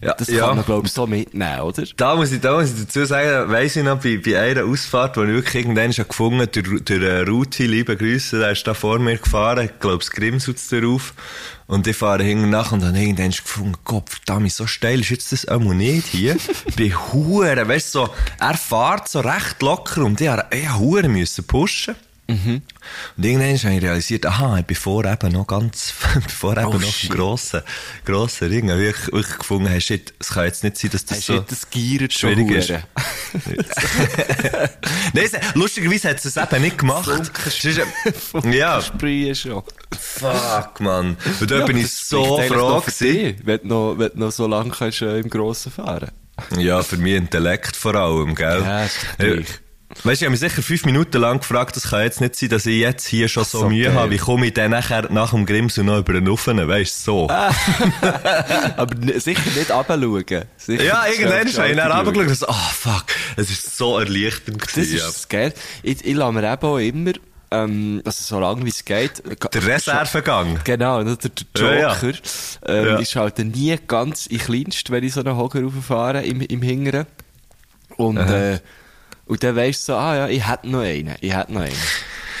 Speaker 1: Ja,
Speaker 7: Das
Speaker 1: ja.
Speaker 7: kann man, glaube ich, so mitnehmen, oder?
Speaker 1: Da muss ich, da muss ich dazu sagen, weiss ich noch, bei, bei einer Ausfahrt, wo ich wirklich irgendwann schon gefunden der, der äh, Ruti, liebe Grüße, der ist da vor mir gefahren, ich glaube, das Grimsutz darauf. Und ich fahre hinten nach und dann irgendwann schon gefunden, Gott, verdammt, so steil ist jetzt das einmal nicht hier. Ich bin Huren, weißt du, so, er fährt so recht locker und ich habe Huren müssen pushen.
Speaker 7: Mhm.
Speaker 1: Und irgendwann habe ich realisiert, aha, ich bin vorher eben noch ganz, bevor eben
Speaker 7: Oh,
Speaker 1: noch
Speaker 7: shit.
Speaker 1: einen grossen, grossen Ring. Habe ich wirklich gefunden, hey, shit, es kann jetzt nicht sein, dass das
Speaker 7: Hast
Speaker 1: so...
Speaker 7: du nicht das giert schon
Speaker 1: schwierig ist.
Speaker 7: hure.
Speaker 1: Nein, es- lustigerweise hat sie es eben nicht gemacht. Es ist- ja,
Speaker 7: Sprühen schon.
Speaker 1: fuck, Mann. Und da
Speaker 7: Ja,
Speaker 1: bin
Speaker 7: aber
Speaker 1: ich
Speaker 7: das
Speaker 1: so
Speaker 7: spricht eigentlich
Speaker 1: froh
Speaker 7: noch für
Speaker 1: gewesen.
Speaker 7: dich, Wenn du noch, wenn du noch so lange kannst, äh, im Grossen fahren
Speaker 1: Ja, für mich Intellekt vor allem, gell? Äh,
Speaker 7: Ja, ist doch gleich.
Speaker 1: Weißt du, ich habe mich sicher fünf Minuten lang gefragt, das kann jetzt nicht sein, dass ich jetzt hier schon so,
Speaker 7: So
Speaker 1: Mühe
Speaker 7: geil.
Speaker 1: habe. Wie komme ich denn nachher nach dem Grimsel noch über den Offen? Weißt du, so.
Speaker 7: Ah, Aber n- sicher nicht runterschauen. Sicher
Speaker 1: ja,
Speaker 7: nicht
Speaker 1: irgendwann
Speaker 7: schnell
Speaker 1: habe ich dann
Speaker 7: runterschauen.
Speaker 1: runtergeschaut und so, ah, fuck, es ist so erleichternd
Speaker 7: Das
Speaker 1: gewesen.
Speaker 7: ist geil. Ich, ich lasse mir eben auch immer, ähm, also so lange wie es geht. äh,
Speaker 1: Der Reservegang.
Speaker 7: Genau, ne, der,
Speaker 1: Ja,
Speaker 7: der
Speaker 1: ja.
Speaker 7: Joker. Ähm,
Speaker 1: Ja.
Speaker 7: Ich schalte nie ganz in Kleinst, wenn ich so einen Hocker rauffahre im, im Hingeren. Und, äh, und dann weisst du so, ah ja, ich hätte noch einen, ich hätte noch einen.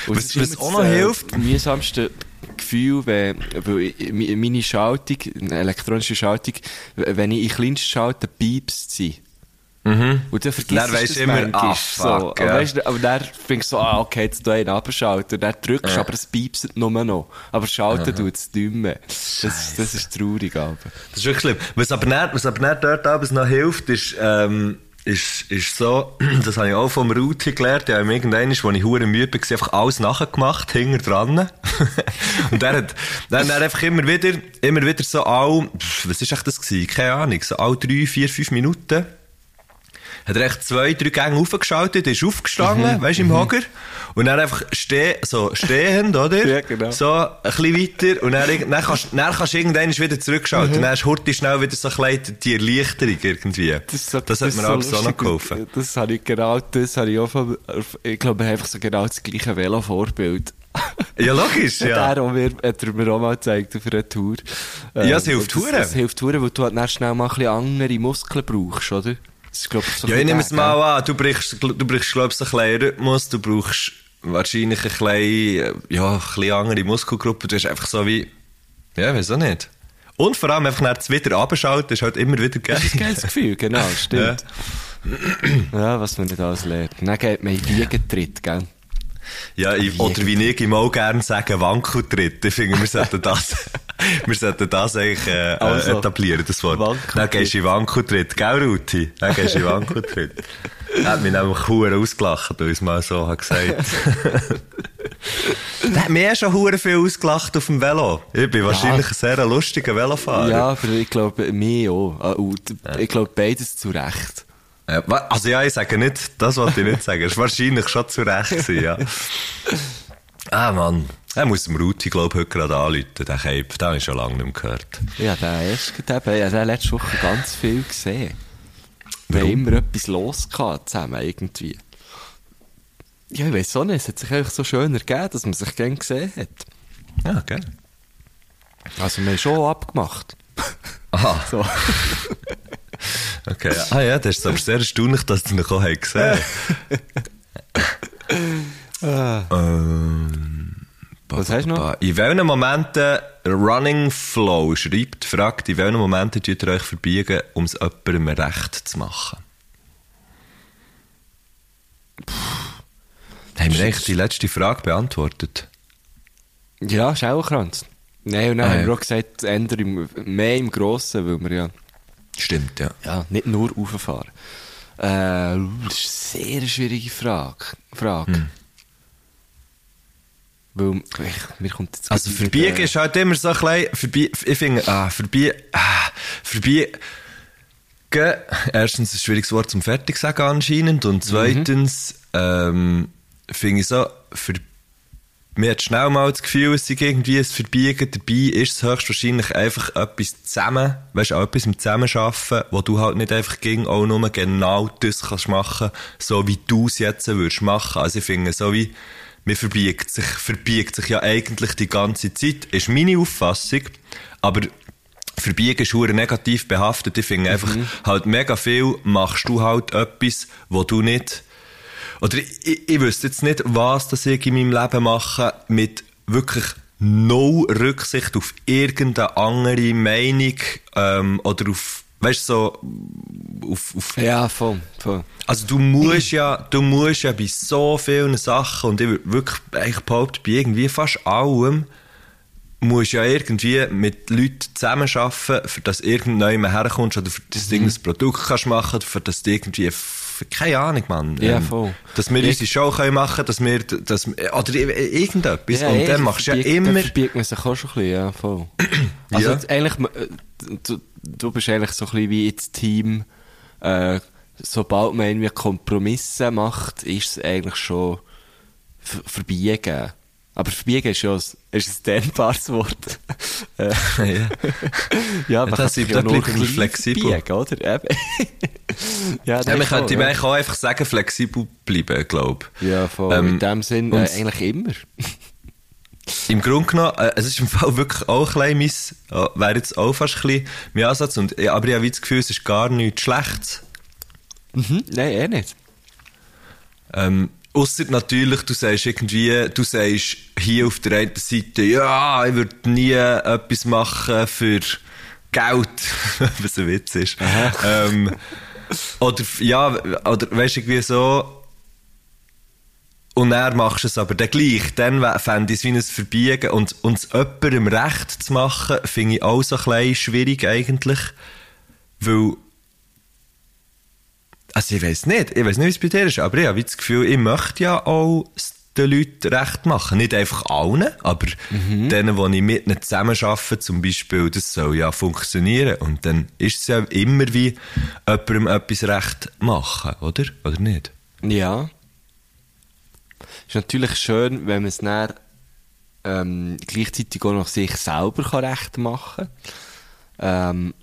Speaker 7: Und
Speaker 1: Was-
Speaker 7: es ist
Speaker 1: was
Speaker 7: immer
Speaker 1: auch
Speaker 7: das,
Speaker 1: noch
Speaker 7: äh,
Speaker 1: hilft-
Speaker 7: mühsamste Gefühl, wenn, weil ich- mi- meine Schaltung, eine elektronische Schaltung, wenn ich in Kleinst schalte, piepst sie. Und dann vergisst
Speaker 1: Dann
Speaker 7: du
Speaker 1: weisst
Speaker 7: das
Speaker 1: du immer,
Speaker 7: manchmal
Speaker 1: ah,
Speaker 7: so.
Speaker 1: fuck,
Speaker 7: Aber
Speaker 1: ja.
Speaker 7: weisst du, aber dann findest du so, ah, okay, jetzt hier einen abschalten. Dann drückst du, aber es piepst nur noch. Aber schalten tut es nicht mehr. Das, ist- das ist traurig, aber.
Speaker 1: Das ist wirklich schlimm. Was aber nicht, was aber nicht dort abends noch hilft, ist, ähm, ist, ist so, das habe ich auch vom Routi gelernt, ich habe ihm irgendwann, als ich hure müde war, einfach alles nachgemacht, hinter dran. und er hat, dann, dann einfach immer wieder, immer wieder so all, pff, was ist echt das gewesen? Keine Ahnung, so all drei, vier, fünf Minuten hat er echt zwei, drei Gänge aufgeschaltet, ist aufgestanden,
Speaker 7: Mhm.
Speaker 1: weißt du, im Hocker. Und dann einfach steh, so stehend, oder?
Speaker 7: Ja, genau.
Speaker 1: So, ein bisschen weiter. Und dann, irg- dann, kannst, dann kannst du irgendwann wieder zurückschalten.
Speaker 7: Mhm.
Speaker 1: Und dann ist hurti schnell wieder so ein bisschen die Erleichterung irgendwie. das hat mir
Speaker 7: so
Speaker 1: alles auch noch
Speaker 7: lustig.
Speaker 1: geholfen.
Speaker 7: Das habe ich genau, das habe ich auch vom, ich glaube, wir haben einfach so genau das gleiche Velo-Vorbild.
Speaker 1: Ja, logisch, ja.
Speaker 7: Der, der mir, hat er mir auch mal gezeigt auf einer Tour.
Speaker 1: Ja, es
Speaker 7: Ähm,
Speaker 1: hilft
Speaker 7: und
Speaker 1: hure.
Speaker 7: Das, das hilft Touren, weil du halt dann schnell mal ein bisschen andere Muskeln brauchst, oder? Das ist, glaube so
Speaker 1: Ja, ich
Speaker 7: ein
Speaker 1: nehme es
Speaker 7: bisschen
Speaker 1: mal an. Du brauchst, gl- du brauchst glaube ich, so ein bisschen Rhythmus. Du brauchst wahrscheinlich ein bisschen, äh, ja, ein bisschen andere Muskelgruppen. Du hast einfach so wie, ja, wieso nicht? Und vor allem einfach dann das wieder abschalten, ist halt immer wieder geil.
Speaker 7: Das ist ein geiles Gefühl, genau, stimmt. Ja. was man nicht alles lernt. Dann geht man in Wiegentritt, gell?
Speaker 1: Ja, ich, oder wie ich ihm auch gerne sage, Wankeltritt. Ich finde, wir sollten das, wir sollten das eigentlich äh, äh,
Speaker 7: Also,
Speaker 1: etablieren, das Wort.
Speaker 7: Wankeltritt.
Speaker 1: Dann gehst du in Wankeltritt, gell, Ruti? Dann gehst du in Wankeltritt. Er hat mich nämlich hure ausgelacht, weil ich es mal so habe gesagt Der hat mich eh schon hure viel ausgelacht auf dem Velo. Ich bin wahrscheinlich ein sehr lustiger Velofahrer.
Speaker 7: Ah, Ja, aber ich glaube, mir auch. Ah, Und ich glaube, beides zu Recht.
Speaker 1: Äh, wa- Also ja, ich sage nicht, das wollte ich nicht sagen. Es war wahrscheinlich schon zu Recht gewesen, ja. Ah, Mann. Er muss dem Routi, glaube ich, heute gerade anrufen, den Cape. Den habe ich schon lange nicht mehr gehört.
Speaker 7: Ja, der erst gedacht, ja, der letzte Woche ganz viel gesehen. Wir haben immer etwas los gehabt zusammen, irgendwie. Ja, ich weiß auch nicht, es hat sich einfach so schön ergeben, dass man sich gern gesehen hat.
Speaker 1: Ja, gell.
Speaker 7: Also, wir haben schon abgemacht.
Speaker 1: Aha,
Speaker 7: So.
Speaker 1: okay. Ah ja, das ist aber sehr erstaunlich, dass du ihn auch hast gesehen ähm,
Speaker 7: Was hast du noch?
Speaker 1: Ah, In welchen Momenten Running Flow schreibt, fragt, in welchen Momenten tut ihr euch verbiegen, um es jemandem recht zu machen? Haben wir eigentlich die letzte Frage beantwortet?
Speaker 7: Ja, Schauerkranz. Nein, und dann
Speaker 1: Ah,
Speaker 7: haben wir
Speaker 1: ja.
Speaker 7: auch gesagt, ändere im, mehr im Grossen, weil wir ja,
Speaker 1: Stimmt, ja.
Speaker 7: ja nicht nur rauffahren. Äh, das ist eine sehr schwierige Frage. Frage. Weil, ich, mir kommt jetzt
Speaker 1: Also
Speaker 7: gerade
Speaker 1: verbiegen
Speaker 7: nicht,
Speaker 1: ist halt immer so klein. Verbie ich finde, ah, verbiegen. Ah, verbiegen. Erstens ein schwieriges Wort zum Fertig sagen anscheinend. Und zweitens ähm, finde ich so, ver mir hat schnell mal das Gefühl, es sei irgendwie ein Verbiegen dabei, ist es höchstwahrscheinlich einfach etwas zusammen, weißt du, auch etwas im Zusammenarbeiten, wo du halt nicht einfach gegen auch nur genau das kannst machen, so wie du es jetzt würdest machen. Also ich finde, so wie, mir verbiegt sich, verbiegt sich ja eigentlich die ganze Zeit, ist meine Auffassung, aber Verbiegen ist hure negativ behaftet. Ich finde einfach, halt mega viel machst du halt etwas, wo du nicht oder ich, ich, ich wüsste jetzt nicht, was das ich in meinem Leben mache, mit wirklich no Rücksicht auf irgendeine andere Meinung ähm, oder auf, weißt du, so, auf, auf
Speaker 7: äh, Ja, voll, voll.
Speaker 1: also du musst ja, du musst ja bei so vielen Sachen und ich würd wirklich eigentlich behaupten, bei irgendwie fast allem musst ja irgendwie mit Leuten zusammenarbeiten, für dass irgendjemand herkommst oder für
Speaker 7: Mhm.
Speaker 1: dass du irgendein Produkt kannst machen oder für dass du irgendwie f- keine Ahnung, Mann. ähm,
Speaker 7: Ja, voll.
Speaker 1: Dass wir
Speaker 7: Ich-
Speaker 1: unsere Show können machen dass wir, dass, oder i- irgendetwas. und
Speaker 7: eh,
Speaker 1: dann machst du ja
Speaker 7: verbiegt-
Speaker 1: immer...
Speaker 7: Dann verbiegt man sich auch schon ein bisschen, ja, voll. Also
Speaker 1: Ja.
Speaker 7: eh, jetzt eigentlich, äh, du, du bist eigentlich so ein bisschen wie ins Team äh, sobald man irgendwie Kompromisse eh, macht, ist es eigentlich schon ver- verbiegen. Aber verbiegen ist ja ein, ist ein dehnbares Wort. Äh,
Speaker 1: ja.
Speaker 7: ja,
Speaker 1: das
Speaker 7: kann
Speaker 1: sind
Speaker 7: sich
Speaker 1: da
Speaker 7: ja nur
Speaker 1: bleiben wir
Speaker 7: klein
Speaker 1: flexibel.
Speaker 7: verbiegen, oder? Eben. ja,
Speaker 1: Ja, man könnte
Speaker 7: nein, voll,
Speaker 1: ihm eigentlich auch einfach sagen, flexibel bleiben, glaube ich.
Speaker 7: Ja, voll.
Speaker 1: Ähm,
Speaker 7: in dem Sinn äh,
Speaker 1: und-
Speaker 7: eigentlich immer.
Speaker 1: Im Grunde genommen, äh, es ist im Fall wirklich auch ein bisschen mein, äh, wäre jetzt auch fast ein bisschen mein Ansatz, und, ja, aber ich habe wie das Gefühl, es ist gar nichts Schlechtes.
Speaker 7: Mhm. Nein, eh nicht.
Speaker 1: Ähm, Ausser natürlich, du sagst irgendwie, du sagst hier auf der einen Seite, ja, ich würde nie etwas machen für Geld, was ein Witz ist. Ähm, oder, f- ja, oder weißt du, irgendwie so, Und er machst du es aber dann gleich. Dann wä- fände ich es wie ein Verbiegen. Und, und es jemandem recht zu machen, finde ich auch so ein bisschen schwierig eigentlich. Weil, also ich weiß nicht, ich weiß nicht, wie es bei dir ist, aber ich habe wie das Gefühl, ich möchte ja auch s- den Leuten recht machen. Nicht einfach allen, aber denen, die ich mit ihnen zusammenarbeite, zum Beispiel, das soll ja funktionieren. Und dann ist es ja immer wie jemandem etwas recht machen, oder? Oder nicht?
Speaker 7: Ja. Ist natürlich schön, wenn man es dann ähm, gleichzeitig auch noch sich selber kann recht machen kann. Ähm,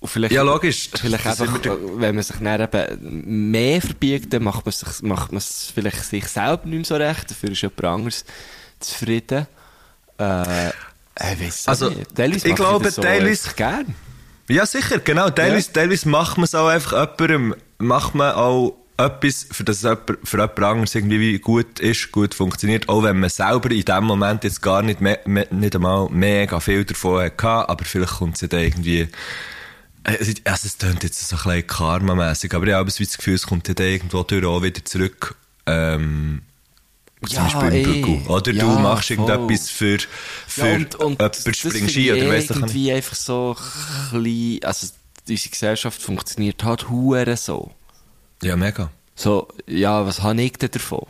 Speaker 7: und vielleicht,
Speaker 1: Ja, logisch.
Speaker 7: Vielleicht
Speaker 1: Das
Speaker 7: einfach,
Speaker 1: sind wir
Speaker 7: wenn man sich dann eben mehr verbiegt, dann macht man, sich, macht man es vielleicht sich selber nicht mehr so recht. Dafür ist jemand anderes zufrieden. Äh, ich weiss auch
Speaker 1: Also,
Speaker 7: nicht. Teilweise
Speaker 1: ich
Speaker 7: mache
Speaker 1: glaube,
Speaker 7: das so
Speaker 1: teilweise-
Speaker 7: einfach gern.
Speaker 1: Ja, sicher, genau. Teilweise, teilweise macht man es auch einfach jemandem, macht man auch etwas, für das es jemand, für jemand anderes irgendwie wie gut ist, gut funktioniert, auch wenn man selber in dem Moment jetzt gar nicht, me me nicht einmal mega viel davon hatte, aber vielleicht kommt es ja dann irgendwie, also also es klingt jetzt so ein bisschen karmamässig, aber ich habe so das Gefühl, es kommt ja dann irgendwo durch auch wieder zurück, ähm, zum
Speaker 7: Ja,
Speaker 1: Beispiel im
Speaker 7: ey.
Speaker 1: Bügel. Oder du
Speaker 7: Ja,
Speaker 1: machst
Speaker 7: voll.
Speaker 1: irgendetwas für, für
Speaker 7: Ja,
Speaker 1: jemanden springst Ski
Speaker 7: finde
Speaker 1: oder
Speaker 7: ich eh
Speaker 1: weiss doch nicht.
Speaker 7: irgendwie einfach so klein, also unsere Gesellschaft funktioniert halt hure so.
Speaker 1: Ja, mega.
Speaker 7: So, ja, was habe ich denn davon?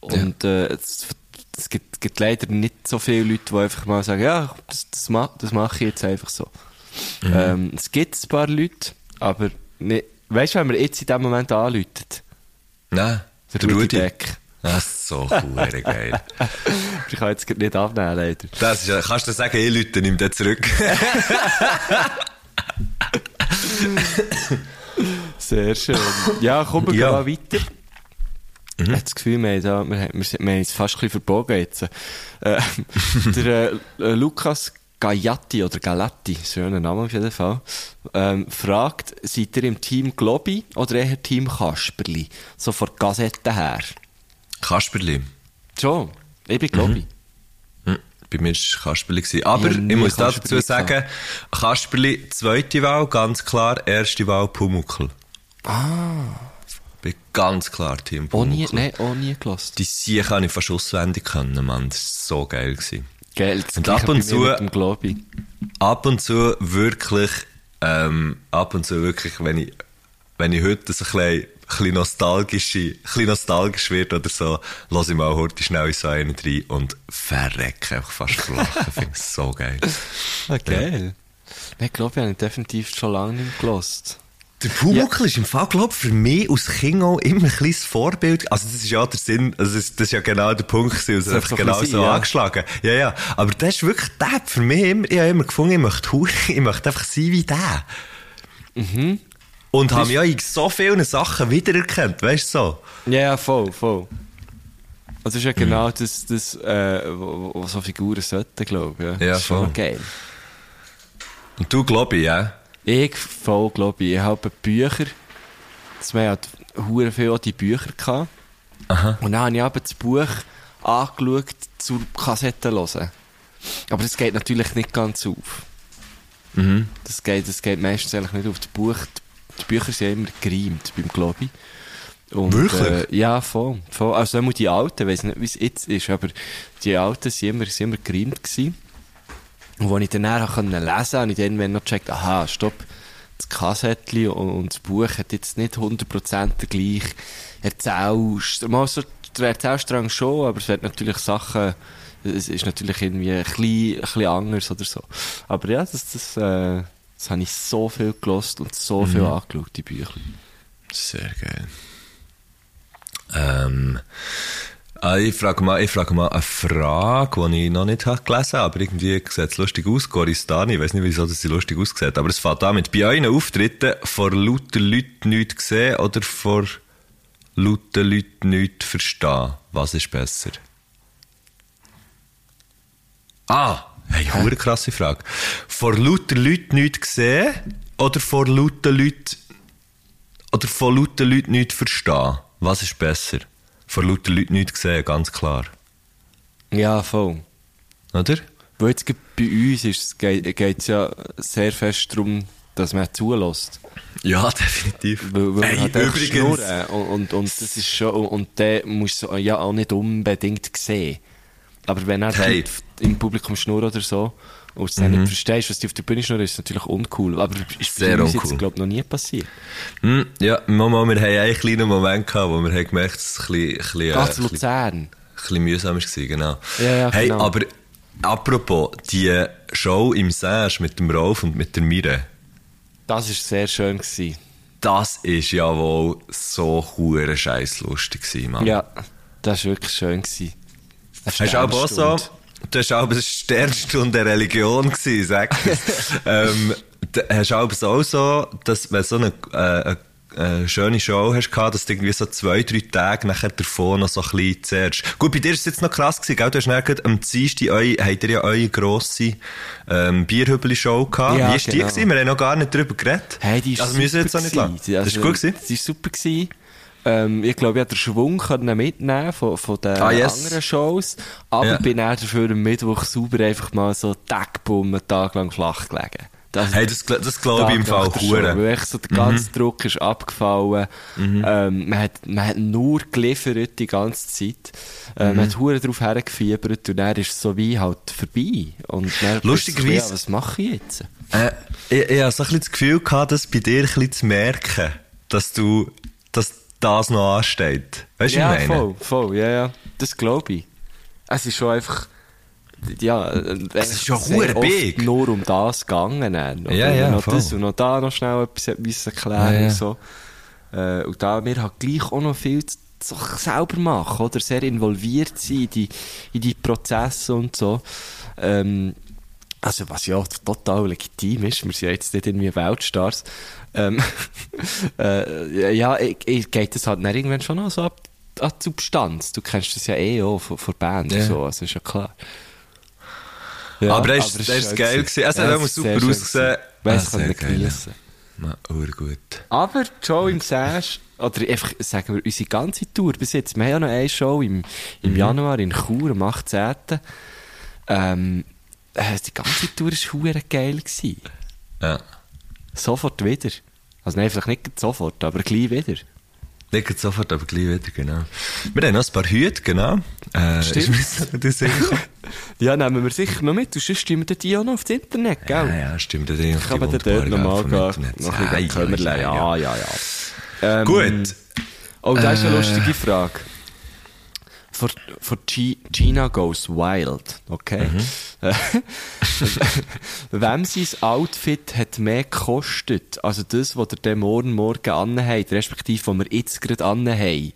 Speaker 7: Und äh, es, es gibt, gibt leider nicht so viele Leute, die einfach mal sagen, ja, das, das, ma, das mache ich jetzt einfach so.
Speaker 1: Mhm.
Speaker 7: Ähm, es gibt ein paar Leute, aber nicht, weißt du, wenn man jetzt in dem Moment anläutet,
Speaker 1: Nein,
Speaker 7: der Rudi Beck.
Speaker 1: Das ist so cool, geil.
Speaker 7: Ich kann jetzt grad nicht abnehmen, leider.
Speaker 1: Das ist, ja- kannst du sagen, ich Leute, nimm den zurück.
Speaker 7: Sehr schön. Ja, kommen wir
Speaker 1: Ja. Mhm.
Speaker 7: mal weiter. Ich habe das Gefühl, wir haben, da, wir, haben, wir sind- wir haben uns fast ein bisschen verbogen jetzt. Äh, der äh, Lukas Gaiatti oder Galatti, schöner Name auf jeden Fall, ähm, fragt, seid ihr im Team Globi oder eher Team Kasperli? So von der Gazette her.
Speaker 1: Kasperli.
Speaker 7: Schon, ich bin Globi.
Speaker 1: Hm, Bei mir war Kasperli. gewesen. Aber
Speaker 7: Ich
Speaker 1: ich,
Speaker 7: hab nie
Speaker 1: muss dazu
Speaker 7: Kasperli
Speaker 1: sagen, Kasperli, zweite Wahl, ganz klar. Erste Wahl, Pumuckl. Ah. Bin ganz klar Team
Speaker 7: Auch
Speaker 1: Pumuckl.
Speaker 7: Ah. nie, ne- nein, auch nie gelost.
Speaker 1: Die Sie kann ich fast auswendig können, Mann. Das ist so geil. Gewesen.
Speaker 7: Gell, das
Speaker 1: Und ab
Speaker 7: Gleiche
Speaker 1: und
Speaker 7: bei mir
Speaker 1: zu-
Speaker 7: mit dem Globi.
Speaker 1: ab und zu wirklich, ähm, ab und zu wirklich, wenn ich, wenn ich heute so ein bisschen, bisschen, nostalgisch, ein bisschen nostalgisch wird oder so, lass ich mal heute schnell in so einen rein und verrecke einfach fast verlachen. Finde ich so geil.
Speaker 7: Ah, geil. Nein, Globi habe ich definitiv schon lange nicht mehr gelost.
Speaker 1: Der Pumuckl ist im Fall, glaub ich, für mich als Kind auch immer ein kleines Vorbild. Also, das ist ja der Sinn, also das, das ist ja genau der Punkt gewesen, also
Speaker 7: Das
Speaker 1: einfach
Speaker 7: soll
Speaker 1: genau
Speaker 7: so
Speaker 1: so
Speaker 7: sein, ja.
Speaker 1: angeschlagen. Ja, ja. Aber das ist wirklich der, für mich immer, ich habe immer gefunden, ich möchte, hu- ich möchte einfach sein wie der.
Speaker 7: Mhm.
Speaker 1: Und habe mich ja in so vielen Sachen wiedererkannt, weißt du so?
Speaker 7: Ja, ja, voll, voll. Also ist ja genau das, das äh, wo- wo- was so Figuren sollten, glaube ich.
Speaker 1: Ja,
Speaker 7: Das ist schon
Speaker 1: voll.
Speaker 7: geil.
Speaker 1: Und du, glaube ich, ja?
Speaker 7: Ich voll, glaube ich. Ich habe Bücher. Das wir hatten hure viel auch die Bücher. Gehabt. Und dann habe ich eben das Buch angeschaut zur Kassette hören. Aber das geht natürlich nicht ganz auf. Das, geht, das geht meistens eigentlich nicht auf. Das Buch, die Bücher sind ja immer gereimt beim Globi. Und,
Speaker 1: Wirklich?
Speaker 7: Äh, ja, voll, voll. Also einmal die alten, ich weiß nicht, wie es jetzt ist, aber die alten sind immer, sind immer gereimt gewesen. Und als ich dann nachher lesen konnte, habe ich dann noch gecheckt, aha, stopp, das Kassettchen und, und das Buch hat jetzt nicht 100% den gleichen Erzählst. Mal so, der Erzählstrang schon, aber es wird natürlich Sachen, es ist natürlich irgendwie ein bisschen, ein bisschen anders oder so. Aber ja, das, das, äh, das Das habe ich so viel gelost und so viel angeschaut, die Bücher.
Speaker 1: Sehr geil. Ähm, ah, ich frage mal, ich frage mal eine Frage, die ich noch nicht habe gelesen habe, aber irgendwie sieht es lustig aus. Goristani, ich weiß nicht, wieso das sie lustig aussieht, aber es fängt damit. Bei euren Auftritten vor lauter Leuten nichts gesehen oder vor lauter Leuten nichts verstehen? Was ist besser? Ah, hey, hure krasse Frage. Vor lauter Leuten nichts gesehen oder vor lauter Leuten oder von lauter Leuten nichts verstehen. Was ist besser? Von lauter Leuten nichts sehen, ganz klar.
Speaker 7: Ja, voll.
Speaker 1: Oder?
Speaker 7: Weil jetzt gerade bei uns ist, geht es ja sehr fest darum, dass man zulässt.
Speaker 1: Ja, definitiv.
Speaker 7: Weil, weil
Speaker 1: Ey,
Speaker 7: man halt
Speaker 1: übrigens.
Speaker 7: übrigens. Und, und, und das ist schon, und, und der musst du ja auch nicht unbedingt sehen. Aber wenn er
Speaker 1: Hey. Mhm.
Speaker 7: halt im Publikum schnurrt oder so, und du dann nicht verstehst, was die auf der Bühne schnurren, ist es natürlich uncool. Aber ist
Speaker 1: Sehr
Speaker 7: bei uns
Speaker 1: uncool.
Speaker 7: jetzt, glaube ich, noch nie passiert.
Speaker 1: Hm, ja, Mama, wir hatten einen kleinen Moment, gehabt, wo wir haben gemerkt dass es ein bisschen, ein bisschen, äh,
Speaker 7: Ah,
Speaker 1: ein
Speaker 7: zu
Speaker 1: bisschen,
Speaker 7: Luzern.
Speaker 1: ein bisschen mühsam war. Genau.
Speaker 7: Ja, ja,
Speaker 1: hey,
Speaker 7: genau.
Speaker 1: aber apropos, die Show im Sage mit dem Rolf und mit der Mire.
Speaker 7: Das war sehr schön. Gewesen.
Speaker 1: Das ist ja wohl so hure scheisslustig gewesen, Mann.
Speaker 7: Ja, das war wirklich schön. Gewesen.
Speaker 1: Hast du auch so, das war auch eine Sternstunde der Religion, gewesen, sag das. ähm, d- hast du auch so, so, dass wenn so eine, äh, eine schöne Show hast gehabt, dass du irgendwie so zwei, drei Tage nachher davon noch so ein bisschen zerrst. Gut, bei dir ist es jetzt noch krass gewesen, gell? Du hast nachher am Dienstag eu, habt ihr ja eure grosse, ähm, Bierhübeli-Show gehabt.
Speaker 7: Ja,
Speaker 1: Wie ist die
Speaker 7: genau.
Speaker 1: gewesen? Wir haben noch gar nicht drüber geredet.
Speaker 7: Hey, die ist
Speaker 1: also müssen wir jetzt auch
Speaker 7: super
Speaker 1: nicht lang.
Speaker 7: gewesen. Also Die-
Speaker 1: Das ist gut gewesen.
Speaker 7: Die ist super gewesen. Ähm, ich glaube, ich habe den Schwung können mitnehmen von, von den
Speaker 1: Ah, yes.
Speaker 7: anderen Shows. Aber
Speaker 1: Ja.
Speaker 7: bin dann dafür am Mittwoch sauber einfach mal so Deckbumm einen Tag lang flach gelegen. Das
Speaker 1: Hey, das, gl- das glaube ich im Fall Mhm.
Speaker 7: hure.
Speaker 1: hure.
Speaker 7: Weil echt so der ganze Druck ist abgefallen.
Speaker 1: Mhm.
Speaker 7: Ähm, man, hat, man hat nur geliefert die ganze Zeit. Äh,
Speaker 1: Mhm.
Speaker 7: Man hat hure drauf hergefiebert und dann ist es so wie halt vorbei. Und dann
Speaker 1: Lustigerweise-
Speaker 7: plötzlich, ja, was mache ich jetzt?
Speaker 1: Äh, ich, ich habe so ein bisschen das Gefühl gehabt, dass bei dir ein bisschen zu merken, dass du, dass das noch ansteht. Weißt du,
Speaker 7: ja,
Speaker 1: was ich meine?
Speaker 7: voll, voll, ja, ja. Das glaube ich. Es ist schon einfach. Ja, es
Speaker 1: ist schon verdammt big.
Speaker 7: Nur um das gegangen. Dann. Und
Speaker 1: Ja,
Speaker 7: dann
Speaker 1: ja,
Speaker 7: Noch
Speaker 1: voll.
Speaker 7: das und noch da noch schnell etwas hat müssen erklären
Speaker 1: Ja, ja.
Speaker 7: und so. Äh, und da wir halt gleich auch noch viel zu zu sich selber machen, oder? Sehr involviert sein in die, in die Prozesse und so. Ähm, also, was ja total legitim ist, wir sind ja jetzt nicht irgendwie Weltstars. Ähm, äh, ja, ich, ich geht das halt dann irgendwann schon noch so ab, an die Substanz. Du kennst das ja eh auch von, von Band
Speaker 1: Ja.
Speaker 7: und so, also ist ja klar.
Speaker 1: Aber er ist-
Speaker 7: es
Speaker 1: er ist
Speaker 7: schön
Speaker 1: geil gewesen. Es hat auch
Speaker 7: Ja, es
Speaker 1: mal
Speaker 7: ist
Speaker 1: super
Speaker 7: sehr schön
Speaker 1: ausgesehen.
Speaker 7: gewesen.
Speaker 1: Ah,
Speaker 7: Weiss, ich
Speaker 1: sehr
Speaker 7: kann nicht
Speaker 1: geil, ja.
Speaker 7: geniessen.
Speaker 1: Na, urgut.
Speaker 7: Aber die Show im Sash, oder einfach, sagen wir, unsere ganze Tour bis jetzt, wir haben ja noch eine Show im, im Januar in Chur am 18. Ähm, äh, die ganze Tour war hure geil. Gewesen.
Speaker 1: Ja.
Speaker 7: Sofort wieder. Also nein, vielleicht nicht sofort, aber gleich wieder.
Speaker 1: Nicht gerade sofort, aber gleich wieder, genau. Wir haben noch ein paar Hüte, genau. Äh,
Speaker 7: Stimmt.
Speaker 1: Ist mir so nicht sicher.
Speaker 7: Ja, nehmen wir sicher noch mit. Du sonst stimmen wir die auch noch aufs Internet, gell?
Speaker 1: ja, ja, stimmt. Das ich
Speaker 7: Ich habe dann dort nochmal gehen. Noch ein bisschen Kömmerlein. Ja, ja, ja. Ähm,
Speaker 1: Gut.
Speaker 7: Oh, das ist eine lustige Frage. Von, von G Gina Goes Wild, okay? Äh, Wem sein Outfit hat mehr gekostet? Also das, was ihr dann morgen morgen anhabt, respektive was wir jetzt gerade anhaben.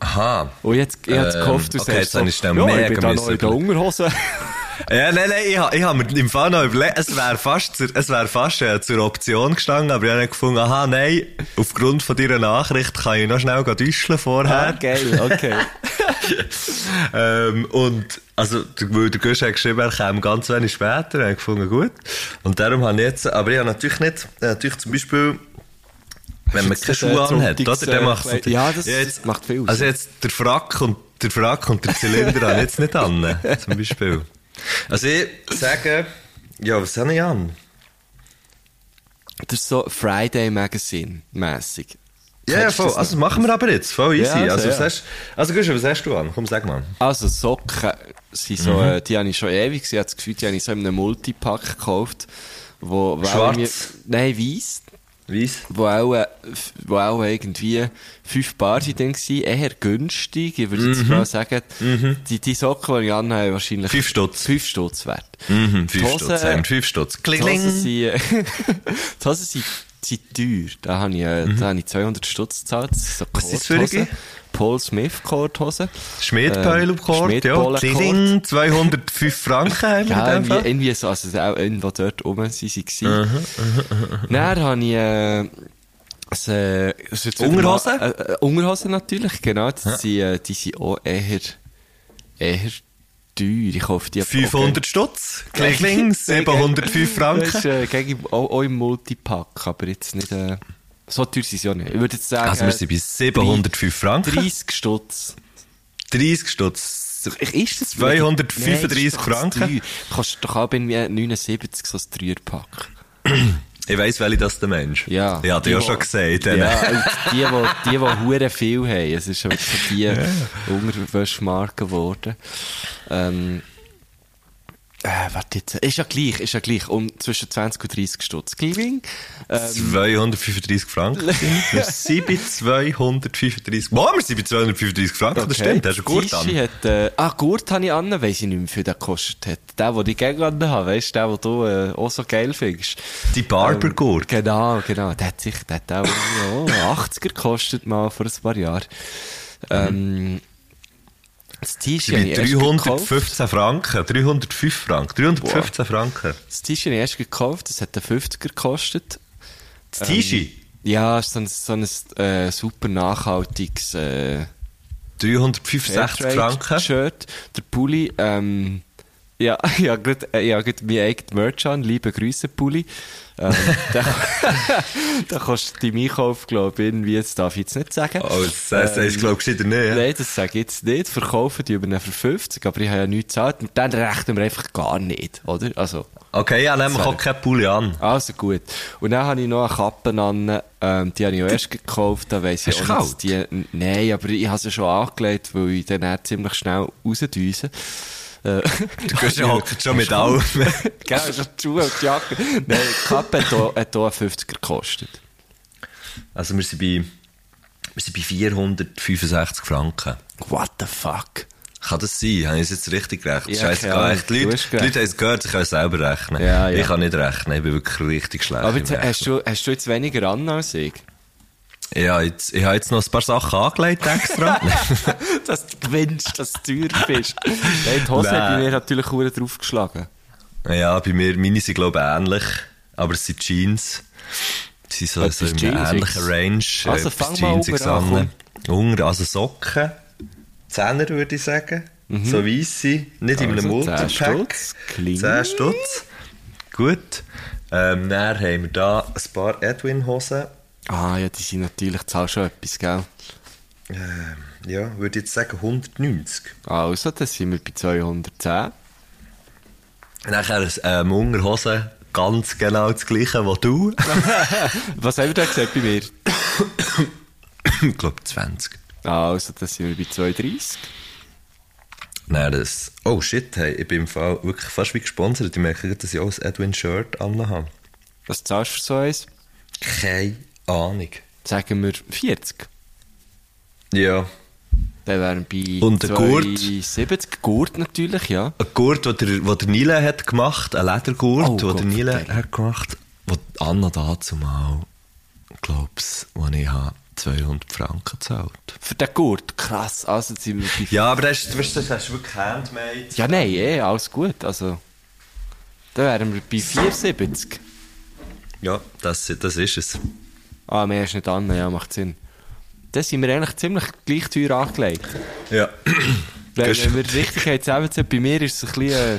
Speaker 1: Aha.
Speaker 7: Und jetzt, ich hab's
Speaker 1: Ähm,
Speaker 7: gehofft, du
Speaker 1: okay, jetzt
Speaker 7: sagst
Speaker 1: hab ich schnell
Speaker 7: ja, ich
Speaker 1: mega
Speaker 7: bin da noch
Speaker 1: müssen
Speaker 7: in der Unterhose.
Speaker 1: Ja, nein, nein, ich habe ich hab mir im Fall noch überlegt, es wäre fast, zur, es wär fast äh, zur Option gestanden, aber ich habe gefunden, aha, nein, aufgrund von deiner Nachricht kann ich noch schnell gehen duschen
Speaker 7: ah,
Speaker 1: vorher.
Speaker 7: geil, okay.
Speaker 1: Ähm, und, also, der- weil der Gusch hat geschrieben, er käme ganz wenig später, habe ich gefunden, gut. Und darum habe ich jetzt, aber ich habe natürlich nicht, äh, natürlich zum Beispiel, wenn man
Speaker 7: Jetzt
Speaker 1: keine
Speaker 7: das, äh,
Speaker 1: Schuhe anhat,
Speaker 7: Sonntags-
Speaker 1: oder? Dann
Speaker 7: äh,
Speaker 1: macht's
Speaker 7: Kleid-
Speaker 1: natürlich-
Speaker 7: Ja, das
Speaker 1: jetzt,
Speaker 7: macht viel aus.
Speaker 1: Also jetzt der Frack und der Frack und der Zylinder habe ich jetzt nicht an, zum Beispiel. Also ich sage, ja, was habe ich an?
Speaker 7: Das ist so Friday Magazine mässig.
Speaker 1: Ja, ja,
Speaker 7: Kennst du
Speaker 1: voll.
Speaker 7: das
Speaker 1: Also machen wir aber jetzt, voll easy.
Speaker 7: Ja,
Speaker 1: also,
Speaker 7: also,
Speaker 1: was
Speaker 7: ja.
Speaker 1: hast, also Gusch, was hast du an? Komm, sag mal.
Speaker 7: Also Socken sind so,
Speaker 1: Mhm.
Speaker 7: äh, die habe ich schon ewig. Ich habe das Gefühl, die habe ich so in einem Multipack gekauft. Wo, weil
Speaker 1: Schwarz?
Speaker 7: Mir, nein, weiß.
Speaker 1: Weiss?
Speaker 7: wo auch, äh, f- wo auch irgendwie fünf Paar sind dann gewesen, eher günstig, ich würde jetzt mal sagen, die, die Socken, die ich anhabe, haben wahrscheinlich
Speaker 1: Mhm. Fünf Stutz.
Speaker 7: fünf Stutz wert.
Speaker 1: Mhm,
Speaker 7: Die
Speaker 1: fünf
Speaker 7: Hosen-
Speaker 1: Stutz. Haben wir fünf Stutz.
Speaker 7: Die
Speaker 1: Kling,
Speaker 7: Hosen
Speaker 1: kling.
Speaker 7: sind, äh, die Hosen sind, sind teuer, da habe ich, äh, da habe ich 200 Stutz gezahlt, Das sind so
Speaker 1: Mhm. Was ist das für
Speaker 7: Korthosen.
Speaker 1: eine?
Speaker 7: Paul Smith Korthosen.
Speaker 1: Schmiedpeil auf Kort, ja.
Speaker 7: Schmiedpolen-Kord.
Speaker 1: Kling, 205 Franken haben wir
Speaker 7: Ja,
Speaker 1: in dem Fall.
Speaker 7: irgendwie, irgendwie so, also auch irgendwo dort oben sie sie waren.
Speaker 1: Mhm,
Speaker 7: Dann habe ich, äh, das, äh, das ist jetzt wieder
Speaker 1: Unterhosen?
Speaker 7: mal- Äh, äh, Unterhosen natürlich, genau. Das sind, äh, die sind auch eher, eher teuer. Ich hoffe, die
Speaker 1: 500 Stutz. Kling, kling. 705
Speaker 7: Das ist
Speaker 1: Franken.
Speaker 7: äh, gegen, auch, auch im Multipack, aber jetzt nicht, äh, so teuer sind sie auch nicht. Ich würde jetzt sagen,
Speaker 1: Also wir sind bei 705 Franken.
Speaker 7: 30 Stutz.
Speaker 1: 30 Stutz.
Speaker 7: Ist das
Speaker 1: 235
Speaker 7: Nein, ist doch
Speaker 1: Franken?
Speaker 7: zu teuer. Du kannst doch auch bei mir 79 so ein Dreierpack.
Speaker 1: Ich weiss, welche das der Mensch.
Speaker 7: Ja.
Speaker 1: Ja, die ja
Speaker 7: Die,
Speaker 1: schon
Speaker 7: wo-
Speaker 1: gesagt.
Speaker 7: Ja,
Speaker 1: denen.
Speaker 7: und die, die, die, die hure viel haben. Es ist wirklich so die Unterwäschmarke geworden. Ähm, äh, warte jetzt. Ist ja gleich, ist ja gleich. Um zwischen 20 und 30 Stutz. Kling. Ähm,
Speaker 1: 235 Franken. wir sind bei 235. Boah, wir sind bei 235 Franken. Das stimmt, hast du gut
Speaker 7: Tischi
Speaker 1: an.
Speaker 7: hat, äh, ah, Gurt habe ich an, weiss ich nicht mehr, wie viel der gekostet hat. Der, den ich gerne an habe, weißt du, der, den du äh, auch so geil findest.
Speaker 1: Die Barbergurt.
Speaker 7: Genau, genau. Der hat sich, der hat auch irgendwie, oh, 80er gekostet mal vor ein paar Jahren. Ähm, das T-Shirt habe
Speaker 1: Sie
Speaker 7: ich
Speaker 1: bei
Speaker 7: erst gekauft.
Speaker 1: 315 Franken. 305 Franken. 315 Franken.
Speaker 7: Das T-Shirt habe ich erst gekauft, das hat einen 50er gekostet.
Speaker 1: Das Tischi.
Speaker 7: Ja, ist so ein, so ein äh, super nachhaltiges äh,
Speaker 1: 365 Franken.
Speaker 7: Fairtrade-Shirt. Der Pulli, ähm, ja, ja, gut, äh, ja, gut, mein eigenes Merch an, liebe Grüße, Pulli. Ähm, da, da kostet im Einkauf, glaube ich, irgendwie, das darf ich jetzt nicht sagen.
Speaker 1: Oh, das heisst,
Speaker 7: Eh,
Speaker 1: ähm, glaube ich, nicht. ja?
Speaker 7: Nein, das sage ich jetzt nicht. Verkaufen die über ihn für 50, aber ich habe ja nichts gezahlt. Und dann rechnen wir einfach gar nicht, oder? Also,
Speaker 1: Okay, ja, nehmen wir
Speaker 7: Sorry.
Speaker 1: auch keinen Pulli an.
Speaker 7: also gut. Und dann habe ich noch eine Kappe an, ähm, die habe ich auch erst gekauft, da weiss ich
Speaker 1: Hast
Speaker 7: auch
Speaker 1: du
Speaker 7: dass die, nein, aber ich habe sie schon angelegt, weil ich dann auch ziemlich schnell rausdüse. Äh,
Speaker 1: Du gehst ja hockt schon mit allem.
Speaker 7: Genau, schon die Schuhe und die Jacke. Nein, die Kappe hat hier, hat hier 50 gekostet.
Speaker 1: Also, wir sind bei, wir sind bei 465 Franken.
Speaker 7: What the fuck?
Speaker 1: Kann das sein? Habe ich es jetzt richtig gerechnet?
Speaker 7: Ja, keine
Speaker 1: Scheiße,
Speaker 7: Ahnung.
Speaker 1: die
Speaker 7: Du
Speaker 1: Leute,
Speaker 7: hast
Speaker 1: die Leute haben es gehört, sie können selber rechnen.
Speaker 7: Ja, ja.
Speaker 1: Ich kann nicht rechnen, ich bin wirklich richtig schlecht.
Speaker 7: Aber
Speaker 1: im
Speaker 7: jetzt, hast, du, hast du jetzt weniger an als ich?
Speaker 1: Rechnen. ja, jetzt, ich habe jetzt noch ein paar Sachen angelegt extra.
Speaker 7: dass du gewinnst, dass du teuer bist. Nein, die Hose
Speaker 1: Nein.
Speaker 7: hat bei mir natürlich auch draufgeschlagen.
Speaker 1: ja, bei mir, meine sind glaube ich ähnlich, aber es sind Jeans. Sie sind so,
Speaker 7: Etwas
Speaker 1: so in
Speaker 7: Jeans,
Speaker 1: einer ähnlichen Range. Äh,
Speaker 7: Also,
Speaker 1: Etwas
Speaker 7: fang mal oben
Speaker 1: ich
Speaker 7: an,
Speaker 1: sammle. Unter, also Socken, Zehner würde ich sagen. So weisse, nicht in einem
Speaker 7: Mhm. Also, 10
Speaker 1: Multipack.
Speaker 7: Stutz, kling.
Speaker 1: 10 Stutz. Gut. Ähm, dann haben wir da ein paar Edwin-Hosen.
Speaker 7: Ah, ja, die sind natürlich, zahlst schon etwas, gell?
Speaker 1: Ja, würde jetzt sagen 190.
Speaker 7: Also, dann sind wir bei 210.
Speaker 1: Nachher ähm, Hungerhosen, ganz genau das gleiche wie du.
Speaker 7: Was haben wir da gesagt bei mir?
Speaker 1: ich glaube 20.
Speaker 7: Also, dann sind wir bei 230.
Speaker 1: Nein, das... Oh shit, hey, ich bin im Fall wirklich fast wie gesponsert. Ich merke, gerade, dass ich auch ein Edwin-Shirt anhabe.
Speaker 7: Was zahlst du für so eins?
Speaker 1: Keine Ahnung.
Speaker 7: Sagen wir 40.
Speaker 1: Ja.
Speaker 7: Dann wären wir bei
Speaker 1: Und der Gurt?
Speaker 7: 70. Gurt natürlich, ja.
Speaker 1: Ein Gurt, den der, wo der Nile hat gemacht, ein Ledergurt,
Speaker 7: Oh
Speaker 1: den
Speaker 7: Gott,
Speaker 1: der Nile
Speaker 7: verdammt.
Speaker 1: hat gemacht, wo Anna dazu mal, glaub's, wo ich habe, 200 Franken gezahlt.
Speaker 7: Für den Gurt, krass. Also, jetzt sind wir bei
Speaker 1: Ja, aber das, ist- weißt du, das hast du wirklich handmade.
Speaker 7: Ja, nein, eh, alles gut. Also, dann wären wir bei 74.
Speaker 1: Ja, das, das ist es.
Speaker 7: Ah, mehr ist nicht an, ja, macht Sinn. Dann sind wir eigentlich ziemlich gleich teuer angelegt.
Speaker 1: Ja.
Speaker 7: Wenn,
Speaker 1: Gehst-
Speaker 7: wenn wir richtig haben zusammenzählen, bei mir ist es ein bisschen, äh,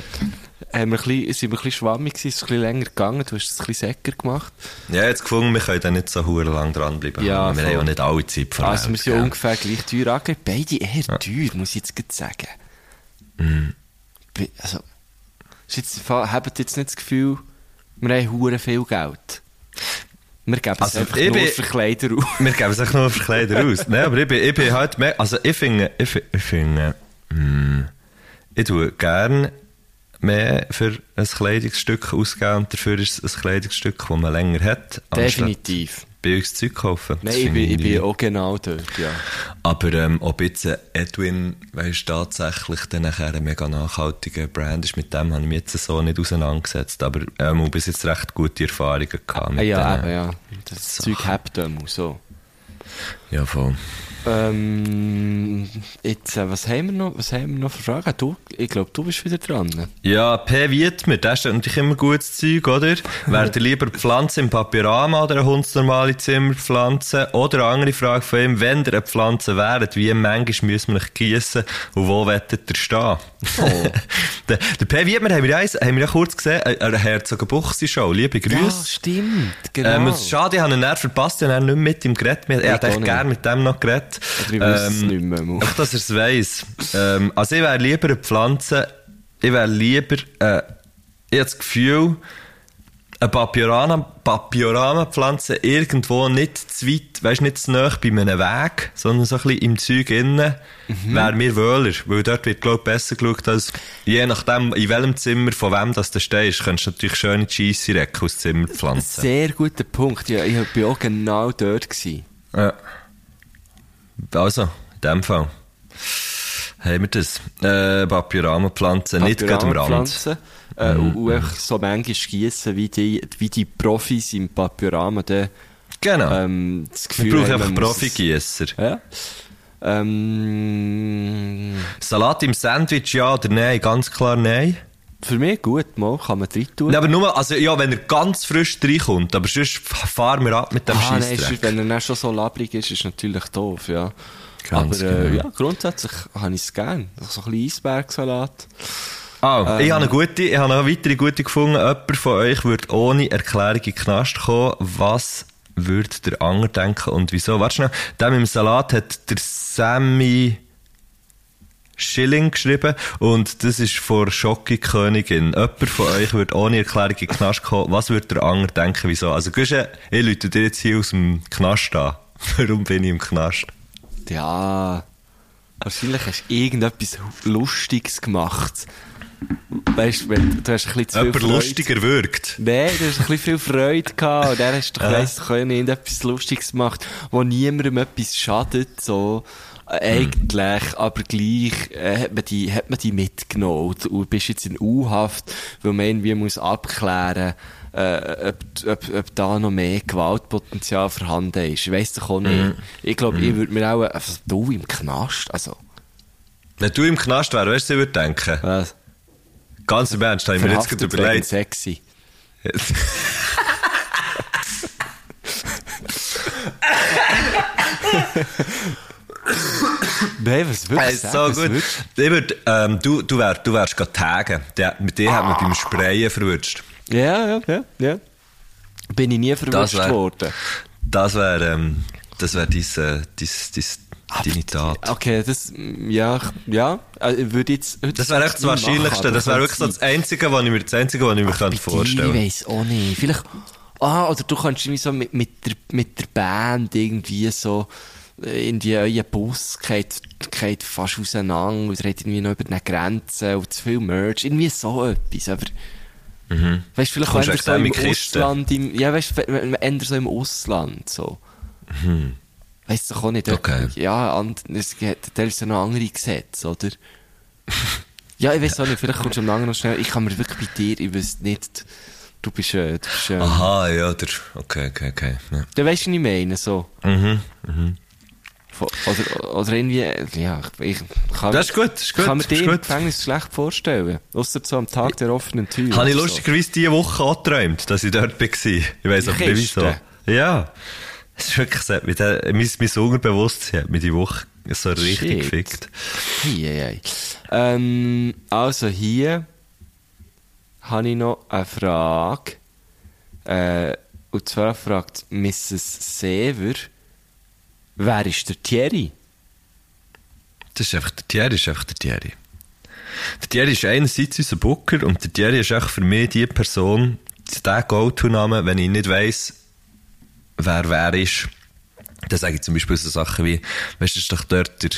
Speaker 7: haben wir ein bisschen, sind wir ein bisschen schwammig gewesen, es ist ein bisschen länger gegangen, du hast es ein bisschen säcker gemacht.
Speaker 1: Ja, jetzt gefunden, wir können da nicht so hure lang dranbleiben.
Speaker 7: Ja,
Speaker 1: wir
Speaker 7: voll.
Speaker 1: haben ja nicht alle Zeit von
Speaker 7: also wir sind ungefähr gleich teuer angelegt, beide eher teuer, muss ich jetzt gerade sagen.
Speaker 1: Mhm.
Speaker 7: Be- Also, ist jetzt, im Fall- habt ihr jetzt nicht das Gefühl, wir haben hure viel Geld? Wir geben
Speaker 1: Also,
Speaker 7: es einfach
Speaker 1: ich
Speaker 7: nur
Speaker 1: bin-
Speaker 7: für Kleider auf.
Speaker 1: Wir geben es echt nur für Kleider aus. Nein, aber ich bin, ich bin halt mehr, also ich finde, ich, fi- ich finde, hm, ich tue gerne mehr für ein Kleidungsstück ausgeben und dafür ist es ein Kleidungsstück, das man länger hat. anstatt
Speaker 7: Definitiv.
Speaker 1: Billiges Zeug kaufen. Das
Speaker 7: Nein, ich
Speaker 1: finde
Speaker 7: bin, ich bin
Speaker 1: irgendwie-
Speaker 7: auch genau dort, ja.
Speaker 1: Aber ähm, ob jetzt äh, Edwin weißt, tatsächlich dann nachher ein mega nachhaltiger Brand ist, mit dem habe ich mich jetzt so nicht auseinandergesetzt. Aber ähm, ich bis jetzt recht gute Erfahrungen gehabt.
Speaker 7: Ah,
Speaker 1: Mit
Speaker 7: ja,
Speaker 1: denen.
Speaker 7: eben, ja. Das
Speaker 1: Sachen.
Speaker 7: Zeug hebt immer so.
Speaker 1: Ja, voll.
Speaker 7: Ähm, jetzt, äh, was haben wir noch, was haben wir noch für Fragen? Ah, Du, ich glaube, du bist wieder dran.
Speaker 1: Ja, P. Wiedmer, das ist natürlich immer gutes Zeug, oder? Wärt ihr lieber Pflanze im Papierama oder eine hundsnormale Zimmerpflanze? Oder eine andere Frage von ihm, wenn ihr eine Pflanze wäret, wie manchmal müssen wir euch gießen und wo wettet ihr stehen? der, der P. Wiedmer haben wir, ja eins- haben wir ja kurz gesehen, äh, eine Herzogenbuchse-Show, liebe Grüße.
Speaker 7: stimmt, genau.
Speaker 1: Ähm, es ist schade, ich habe ihn dann verpasst, ich habe ihn nicht mehr mit ihm geredet. Ich hätte
Speaker 7: auch
Speaker 1: echt
Speaker 7: nicht.
Speaker 1: gerne mit dem noch geredet.
Speaker 7: Wir wissen es nicht mehr, Mo.
Speaker 1: Auch, dass er es weiss. Ähm, also, ich wäre lieber eine Pflanze, ich wäre lieber, äh, ich habe das Gefühl, eine Papiorana, Papiorama-Pflanze irgendwo nicht zu weit, weißt nicht zu nah bei einem Weg, sondern so ein bisschen im Zeug innen,
Speaker 7: Mhm.
Speaker 1: wäre mir wohler. Weil dort wird, glaube ich, besser geschaut, als je nachdem, in welchem Zimmer, von wem das da stehst, könntest du natürlich schöne Scheisse-Recken aus Zimmer pflanzen.
Speaker 7: Sehr guter Punkt. Ja, ich war auch genau dort. Gewesen.
Speaker 1: Ja. Also, in dem Fall. Haben wir das? Äh, Papyrama-Pflanzen, Äh, nicht gerade am Rand. Mhm.
Speaker 7: Papyramapflanzen, Äh, und- Und einfach so manchmal schiessen, wie die, wie die Profis im Papyrama. dann,
Speaker 1: Genau.
Speaker 7: Ähm, das Gefühl
Speaker 1: wir brauchen
Speaker 7: haben,
Speaker 1: einfach
Speaker 7: man muss es-
Speaker 1: Profigießer.
Speaker 7: Ja. Ähm,
Speaker 1: Salat im Sandwich, ja oder nein? Ganz klar nein.
Speaker 7: für mich gut, mal kann man drin tun.
Speaker 1: Nein, aber nur, also ja, wenn er ganz frisch reinkommt, aber sonst f- fahren wir ab mit dem
Speaker 7: Ah, nein, ist,
Speaker 1: Scheissdreck.
Speaker 7: wenn er dann schon so labrig ist, ist natürlich doof, ja.
Speaker 1: Ganz
Speaker 7: Aber äh,
Speaker 1: genau.
Speaker 7: ja, grundsätzlich habe ich es gern. So ein bisschen Eisbergsalat.
Speaker 1: Ah,
Speaker 7: Ähm,
Speaker 1: ich habe eine gute, ich habe noch eine weitere gute gefunden. Jemand von euch würde ohne Erklärung in den Knast kommen. Was würde der andere denken und wieso? Warte schnell. Dem im Salat hat der Sammy Schilling geschrieben und das ist vor Schocki Königin. Jemand von euch würde ohne Erklärung in den Knast kommen. Was würde der andere denken, wieso? Also, Güsche, ich läute dir jetzt hier aus dem Knast an. Warum bin ich im Knast?
Speaker 7: Ja, wahrscheinlich hast du irgendetwas Lustiges gemacht. Weißt du, wenn- du hast ein bisschen zu viel
Speaker 1: Jemand
Speaker 7: Freude.
Speaker 1: lustiger wirkt.
Speaker 7: Nein, du hast ein bisschen viel Freude gehabt und dann hast du
Speaker 1: Ja.
Speaker 7: gewusst, du hast irgendetwas Lustiges gemacht, wo niemandem etwas schadet, so. Äh, Eigentlich, aber gleich äh, hat, man die, hat man die mitgenommen und du bist jetzt in U-Haft, weil man irgendwie muss abklären äh, ob, ob, ob da noch mehr Gewaltpotenzial vorhanden ist. Ich weiss doch auch nicht. Ich glaube, ich würde mir auch... äh, Also, du im Knast? Also...
Speaker 1: Wenn du im Knast wärst, weißt du, was ich würde denken?
Speaker 7: Was?
Speaker 1: Ganz im Ernst, habe ich mir jetzt gerade überlegt.
Speaker 7: Sexy. Nein, was
Speaker 1: Hey,
Speaker 7: wirklich?
Speaker 1: ist so
Speaker 7: sagen, was
Speaker 1: gut.
Speaker 7: wirklich-
Speaker 1: Ich würd, ähm, du, du, wär, du wärst gerade tagen. Der, mit dir
Speaker 7: Ah.
Speaker 1: hat man beim Sprayen verwünscht.
Speaker 7: Ja, ja, ja, ja. Bin ich nie verwünscht
Speaker 1: wär-
Speaker 7: worden.
Speaker 1: Das wäre ähm, das wär dies, äh, dies, dies,
Speaker 7: Ah,
Speaker 1: deine Tat.
Speaker 7: Okay, das, mm, ja, ich- ja, äh, ich würde jetzt... heute
Speaker 1: Das wäre echt das
Speaker 7: nicht machen,
Speaker 1: Wahrscheinlichste.
Speaker 7: aber
Speaker 1: Das wäre
Speaker 7: könnte
Speaker 1: wirklich so
Speaker 7: sein.
Speaker 1: das Einzige, was ich mir, das Einzige, was ich mir könnte
Speaker 7: Bei dir,
Speaker 1: vorstellen
Speaker 7: Ich weiss auch nicht. Vielleicht, ah, oder du kannst irgendwie so mit, mit, der, mit der Band irgendwie so, äh, irgendwie euer Bus geht, geht fast auseinander und redet irgendwie noch über eine Grenze und zu viel Merch. Irgendwie so etwas, aber... Weißt du, vielleicht
Speaker 1: Mhm. Kommst
Speaker 7: ändert
Speaker 1: echt
Speaker 7: so
Speaker 1: auch
Speaker 7: im
Speaker 1: mit Christen.
Speaker 7: Ausland, im, ja, weißt du, ändert so im Ausland, so. Weißt du auch nicht, ob-
Speaker 1: Mhm. Okay.
Speaker 7: ja, and, es gibt, da ist ja noch andere Gesetze, oder? ja, ich weiß auch nicht, vielleicht kommst du am langen noch schnell, ich kann mir wirklich bei dir, ich weiß nicht, du bist, äh, du bist, äh,
Speaker 1: Aha, ja, der, okay, okay, okay. Ja.
Speaker 7: du weißt, was ich meine, so.
Speaker 1: Mhm,
Speaker 7: Von- also, Oder, oder irgendwie, äh, ja, ich, ich kann,
Speaker 1: Das ist gut, ist gut,
Speaker 7: kann mir
Speaker 1: ist
Speaker 7: dir im
Speaker 1: gut.
Speaker 7: Gefängnis schlecht vorstellen, außer so am Tag der offenen Tür.
Speaker 1: Habe ich
Speaker 7: oder
Speaker 1: lustigerweise diese Woche angeträumt, dass ich dort war. Ich weiss
Speaker 7: Die
Speaker 1: auch nicht
Speaker 7: Kiste.
Speaker 1: wieso. Ja. Es ist wirklich, so, mit der- mein, mein Unterbewusstsein hat mich die Woche so richtig
Speaker 7: Shit.
Speaker 1: gefickt.
Speaker 7: Ei, ei, ei. Ähm, also hier habe ich noch eine Frage. Äh, und zwar fragt Mrs. Sever, wer ist der Thierry?
Speaker 1: Das ist einfach, der Thierry ist einfach der Thierry. Der Thierry ist einerseits unser Booker und der Thierry ist auch für mich die Person, der Go-To-Name, wenn ich nicht weiss, wer wer ist. Da sage ich zum Beispiel so Sachen wie, weißt du, das ist doch dort der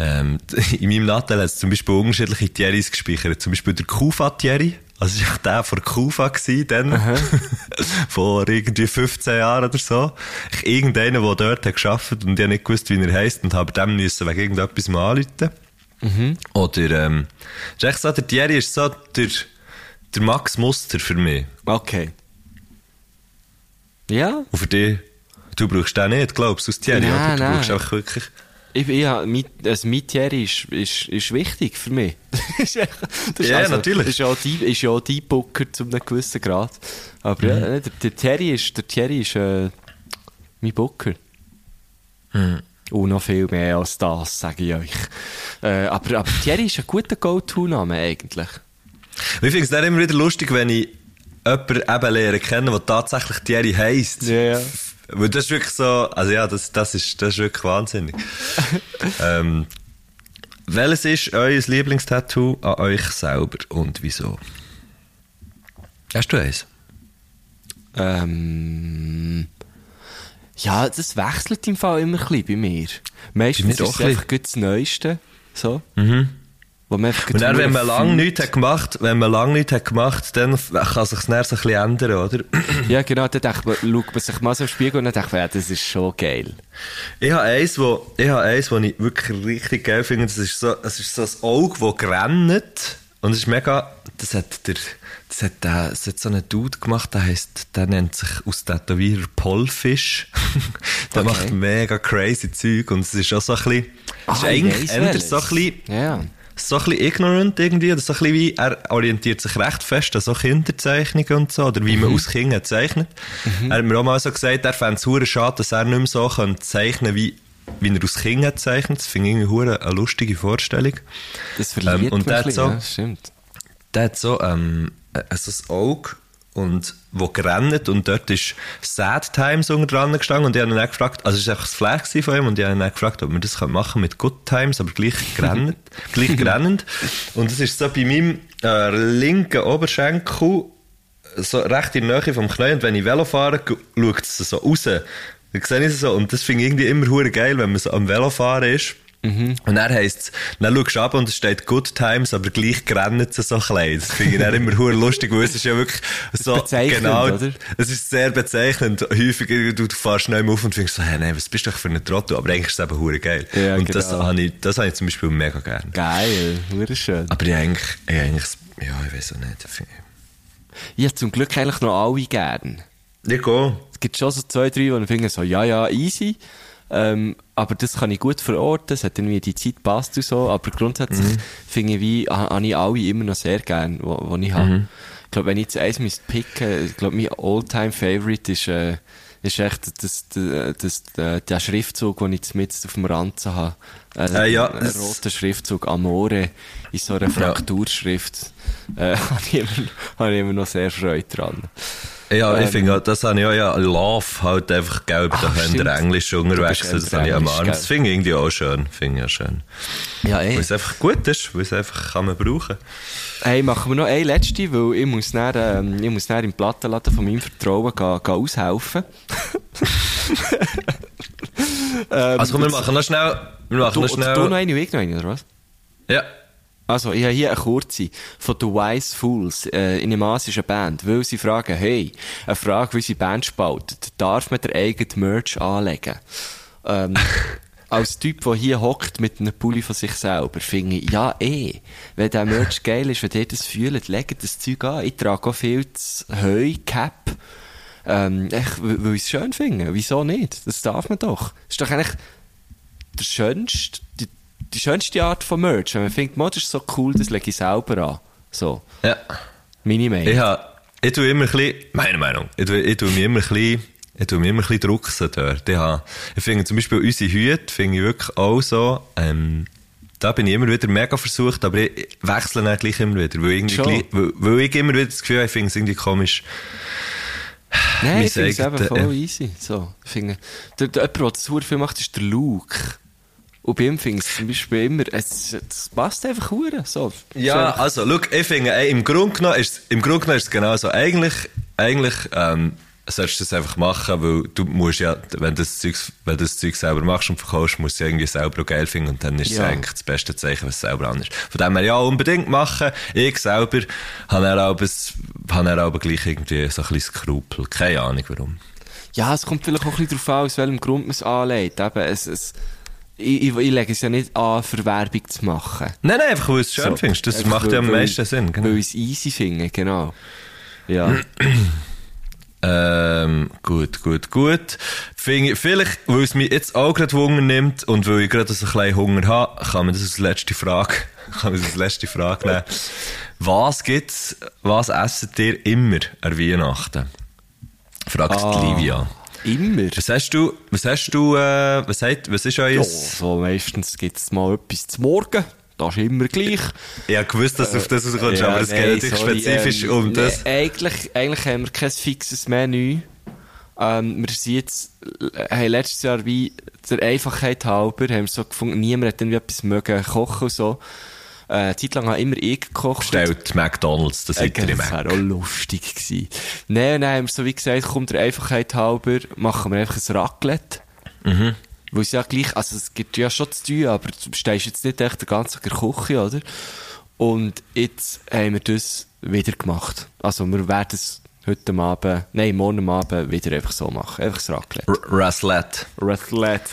Speaker 1: Ähm, in meinem Nattel hat es zum Beispiel unterschiedliche Thierrys gespeichert. Zum Beispiel der Kufa-Thierry. Also, ich war der von Kufa, gewesen, dann. vor irgendwie 15 Jahren oder so. Ich, irgendeiner, der dort hat gearbeitet und ich hab nicht gewusst, wie er heisst und habe dem müssen wegen irgendetwas mal anrufen.
Speaker 7: Mhm.
Speaker 1: Oder, ähm, ist echt so, der Thierry ist so der, der Max Muster für mich.
Speaker 7: Okay. Ja,
Speaker 1: Und für dich, du brauchst den nicht, glaubst du, aus Thierry?
Speaker 7: Nein,
Speaker 1: oder? Du
Speaker 7: nein.
Speaker 1: brauchst einfach wirklich,
Speaker 7: ich, ich hab, mein, also mein Thierry ist, ist, ist wichtig für mich. das ist echt- das ist also-
Speaker 1: Ja, natürlich.
Speaker 7: Ist ja auch die, ist ja auch die Booker zu einem gewissen Grad. Aber ja, der, der Thierry ist, der Thierry ist äh, mein Booker. Mhm. Und noch viel mehr als das, sage ich euch. Äh, aber, aber Thierry ist ein guter Go-To-Name eigentlich.
Speaker 1: Ich finde es dann immer wieder lustig, wenn ich jemanden eben lernen kenne, der tatsächlich Thierry heisst.
Speaker 7: Ja, ja.
Speaker 1: Weil das ist wirklich so, also ja, das, das, ist, das ist wirklich wahnsinnig. ähm, welches ist euer Lieblingstattoo an euch selber und wieso? Hast du eins?
Speaker 7: Ähm, ja, das wechselt im Fall immer ein bisschen bei mir. Meistens
Speaker 1: Bei mir
Speaker 7: ist
Speaker 1: auch
Speaker 7: es
Speaker 1: ein
Speaker 7: einfach gleich das Neueste. So. Mhm. Wo man einfach
Speaker 1: Und dann, wenn man lange
Speaker 7: nicht
Speaker 1: nichts hat gemacht, wenn man lange nichts hat gemacht, dann f- kann sich das so ein bisschen ändern, oder?
Speaker 7: Ja, genau, dann denkt man, schaut man sich mal so im Spiegel und dann denkt man, ja, das ist schon geil.
Speaker 1: Ich habe eins, wo, ich, habe eins, wo ich wirklich richtig geil finde. Das ist so, es ist so ein Auge, das grennt. Und es ist mega. Das hat, der, das, hat der, das hat so einen Dude gemacht, der, heisst, der nennt sich aus Tätowierer Polfisch. der
Speaker 7: Okay.
Speaker 1: macht mega crazy Zeug. Und es ist auch so ein bisschen. Es ist
Speaker 7: Ah, ich
Speaker 1: eigentlich
Speaker 7: weiss
Speaker 1: eher
Speaker 7: welches.
Speaker 1: so ein bisschen
Speaker 7: Ja.
Speaker 1: so ein bisschen ignorant irgendwie, oder so ein bisschen wie, er orientiert sich recht fest an so Kinderzeichnungen und so, oder wie man aus Kindern zeichnet. Er hat mir auch mal so gesagt, er fände es hure schade, dass er nicht mehr so kann zeichnen wie, wie er aus Kindern zeichnet. Das finde ich irgendwie hure eine lustige Vorstellung.
Speaker 7: Das verliert
Speaker 1: Ähm, und
Speaker 7: man
Speaker 1: der
Speaker 7: ein
Speaker 1: hat
Speaker 7: bisschen,
Speaker 1: so-
Speaker 7: ja, stimmt.
Speaker 1: Der hat so, ähm, äh, so ein Auge, und wo gerannt und dort ist Sad Times unter dran gestanden und ich habe ihn dann gefragt, also es war einfach das Flash gewesen von ihm und ich habe ihn dann gefragt, ob wir das machen können mit Good Times, aber gleich gerannt, gleich gerannt. Und das ist so bei meinem äh, linken Oberschenkel so recht in der Nähe vom Knie und wenn ich Velo fahre, gu- schaut es so raus. Dann sehe ich es so und das finde ich irgendwie immer hure geil, wenn man so am Velo fahren ist. Und dann heisst es, dann schaust du ab und es steht Good Times, aber gleich grennt es so klein. Das finde ich dann immer hure lustig, weil es ist ja wirklich so
Speaker 7: bezeichnend,
Speaker 1: genau,
Speaker 7: oder?
Speaker 1: es ist sehr bezeichnend. Häufig, du du fährst schnell auf und findest so, hey, nein, was bist du doch für ein Trottel? Aber eigentlich ist es eben hure geil.
Speaker 7: Ja,
Speaker 1: und das
Speaker 7: genau.
Speaker 1: habe ich, das habe ich zum Beispiel mega gerne.
Speaker 7: Geil, wirklich schön.
Speaker 1: Aber ich eigentlich, ich eigentlich, ja, ich weiß auch nicht. Ich finde-
Speaker 7: Ich habe zum Glück eigentlich noch alle gern.
Speaker 1: Ich gehe.
Speaker 7: Es gibt schon so zwei, drei, die ich finde, so, ja, ja, easy. Ähm, aber das kann ich gut verorten, es hat irgendwie die Zeit passt und so. Aber grundsätzlich finde ich, wie, ha- habe ich alle immer noch sehr gern, wo, wo ich habe. Ich glaube, wenn ich jetzt eins müsste picken, ich glaube, mein Alltime favorite ist, äh, ist echt das, das, das, das, der Schriftzug, den ich jetzt mit auf dem Ranzen habe. Äh,
Speaker 1: Äh, ja,
Speaker 7: ein
Speaker 1: es-
Speaker 7: roter Schriftzug, Amore, in so einer Frakturschrift. Äh, habe ich, immer- habe ich immer noch sehr Freude dran.
Speaker 1: Ja,
Speaker 7: Ähm,
Speaker 1: ich finde, auch, das habe ich auch, ja, Love halt einfach, gell,
Speaker 7: Ach,
Speaker 1: da können
Speaker 7: stimmt.
Speaker 1: der Englisch
Speaker 7: Du
Speaker 1: unterwegs,
Speaker 7: bist
Speaker 1: sein, das habe ich am
Speaker 7: Englisch,
Speaker 1: Arm.
Speaker 7: gell.
Speaker 1: Das finde ich irgendwie auch schön, finde ich auch schön.
Speaker 7: Ja, Ähm, eh.
Speaker 1: Weil es einfach gut ist, weil es einfach kann man brauchen.
Speaker 7: Hey, machen wir noch eine letzte, weil ich muss dann, ähm, ich muss dann im Plattenladen von meinem Vertrauen gehen, gehen aushelfen. ähm,
Speaker 1: Also komm, wir machen noch schnell, wir machen
Speaker 7: du,
Speaker 1: noch
Speaker 7: du, du noch
Speaker 1: schnell.
Speaker 7: eine und ich noch eine, oder was?
Speaker 1: Ja.
Speaker 7: Also, ich habe hier eine kurze von The Wise Fools. Äh, in einem Maß ist eine Band, weil sie fragen, hey, eine Frage, wie sie Band spaltet, darf man den eigenen Merch anlegen? Ähm, als Typ, der hier hockt mit einem Pulli von sich selber, finde ich, ja eh, wenn der Merch geil ist, wenn ihr das fühlt, legt das Zeug an. Ich trage auch viel zu Heu, Cap, ähm, echt, weil weil ich es schön finde. Wieso nicht? Das darf man doch. Das ist doch eigentlich der schönste, die, die schönste Art von Merch. Wenn man findet, Mod ist so cool, das lege ich selber an. So,
Speaker 1: Ja.
Speaker 7: meine Meinung.
Speaker 1: Ich habe, ich tue immer ein bisschen, meine Meinung, ich tue, ich tue mir immer ein bisschen, ich tue mir immer ein bisschen drucksen dort. Ich, habe, ich finde zum Beispiel unsere Hüte, finde ich wirklich auch so, ähm, da bin ich immer wieder mega versucht, aber ich ich wechsle dann gleich immer wieder, weil, irgendwie
Speaker 7: Schon.
Speaker 1: gleich, weil, weil ich immer wieder das Gefühl habe, ich finde es irgendwie komisch,
Speaker 7: Nein,
Speaker 1: mein
Speaker 7: ich finde es eben
Speaker 1: eigener-
Speaker 7: voll
Speaker 1: ja.
Speaker 7: easy. So, ich finde, der, der, jemand, der das sehr viel macht, ist der Luke. Und bei ihm finde ich es zum Beispiel immer, es, es passt einfach hure. So,
Speaker 1: Ja,
Speaker 7: Schön.
Speaker 1: also, look, ich finde, ey, im Grunde genommen ist, im Grunde genommen ist es genauso. genau Eigentlich, eigentlich, ähm, solltest du das einfach machen, weil du musst ja, wenn du das Zeug, wenn du das Zeug selber machst und verkaufst, musst du es irgendwie selber auch geil finden und dann ist es
Speaker 7: Ja.
Speaker 1: eigentlich das beste Zeichen, was es selber an ist. Von dem her ja, unbedingt machen. Ich selber habe dann aber, s- habe dann aber gleich irgendwie so ein bisschen Skrupel. Keine Ahnung warum.
Speaker 7: Ja, es kommt vielleicht auch ein bisschen darauf an, aus welchem Grund man es anlegt. Eben, es, es, ich, ich, ich lege es ja nicht an, für Werbung zu machen.
Speaker 1: Nein, nein, einfach weil du es schön
Speaker 7: So.
Speaker 1: findest. Das
Speaker 7: Einfach
Speaker 1: macht ja am
Speaker 7: weil-
Speaker 1: meisten Sinn. Genau.
Speaker 7: Weil ich es easy finde, genau. Ja.
Speaker 1: Ähm, gut, gut, gut. Finde ich- vielleicht, weil es mich jetzt auch gerade Hunger nimmt und weil ich gerade so ein kleinen Hunger habe, kann man das als letzte Frage, kann man das als letzte Frage nehmen. Was gibt's, was esset ihr immer an Weihnachten? Fragt
Speaker 7: Ah.
Speaker 1: die Livia.
Speaker 7: Immer.
Speaker 1: Was hast du, was hast du, äh, was hat, was ist euer...
Speaker 7: Ja, so meistens gibt es mal etwas zu morgen. Das ist immer gleich.
Speaker 1: Ja, ich wusste, dass du auf das rauskommst, aber es geht natürlich spezifisch
Speaker 7: ähm,
Speaker 1: um das.
Speaker 7: Nee, eigentlich, eigentlich haben wir kein fixes Menü. Ähm, wir sind jetzt, äh, haben letztes Jahr wie der Einfachheit halber, haben wir so gefunden, niemand hat irgendwie etwas mögen kochen und so. Äh, eine Zeit lang habe immer ich gekocht.
Speaker 1: Stellt McDonalds, das seid ihr
Speaker 7: Äh,
Speaker 1: im
Speaker 7: Das wäre auch lustig gewesen. Nein, nein, haben wir so wie gesagt, komm, der Einfachheit halber, machen wir einfach ein Raclette. Weil es ja gleich, also es gibt ja schon zu tun, aber du stehst jetzt nicht echt den ganzen Tag in der Küche, oder? Und jetzt haben wir das wieder gemacht. Also wir werden es heute Abend, nein, morgen Abend wieder einfach so machen. Einfach das Raclette.
Speaker 1: R- Raslet.
Speaker 7: Raclette.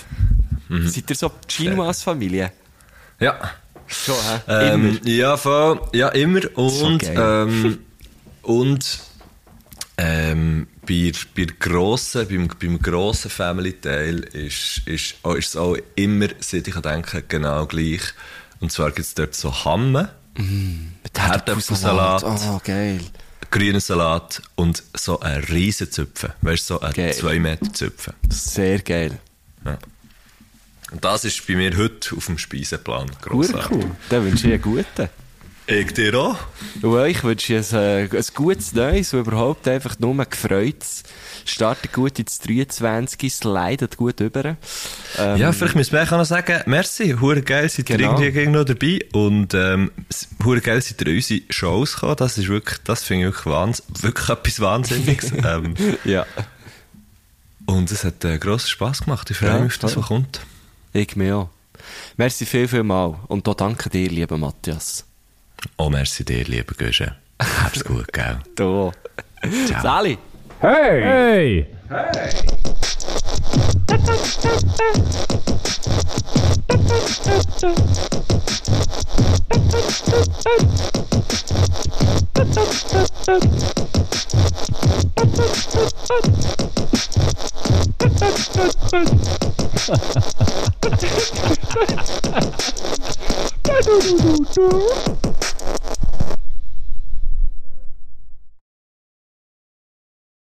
Speaker 7: Seid ihr so die Chinois-Familie?
Speaker 1: Ja.
Speaker 7: Schon, hä?
Speaker 1: Ähm, ja, voll. Ja, immer. Und,
Speaker 7: geil.
Speaker 1: ähm, und ähm, bei, bei der grossen, beim, beim grossen Family-Teil ist, ist, oh, ist es auch immer, seit ich kann denken genau gleich. Und zwar gibt es dort so Hamme,
Speaker 7: Ah, Mit
Speaker 1: Herdöpfelsalat.
Speaker 7: Oh, geil.
Speaker 1: grünen Salat und so einen riesen Züpfen. Weißt du, so einen
Speaker 7: Geil.
Speaker 1: 2 Meter Züpfen.
Speaker 7: Sehr geil.
Speaker 1: Ja. Und das ist bei mir heute auf dem Speiseplan.
Speaker 7: Ur
Speaker 1: Grossartig.
Speaker 7: cool. Dann wünsche ich einen guten.
Speaker 1: Ich dir auch.
Speaker 7: Und euch wünsche ich ein, äh, ein gutes Neues und überhaupt einfach nur gefreutes. Startet gut ins 23, slidet gut über. Ähm,
Speaker 1: Ja, vielleicht müssen wir auch noch sagen, merci, hure geil, seid ihr
Speaker 7: Genau.
Speaker 1: irgendwie gegen noch dabei und ähm, s- hure geil seid ihr in unsere Shows gekommen, das ist wirklich, das finde ich wirklich, wahns wirklich etwas Wahnsinniges ähm,
Speaker 7: ja.
Speaker 1: und es hat äh, grossen Spass gemacht, ich freue
Speaker 7: Ja,
Speaker 1: mich auf das,
Speaker 7: voll.
Speaker 1: was kommt.
Speaker 7: Ich mir auch. Merci viel, viel mal. Und auch danke dir, lieber Matthias.
Speaker 1: Oh, merci dir, lieber Gösche. Hab's gut, gell.
Speaker 7: Du. Sali!
Speaker 2: Hey!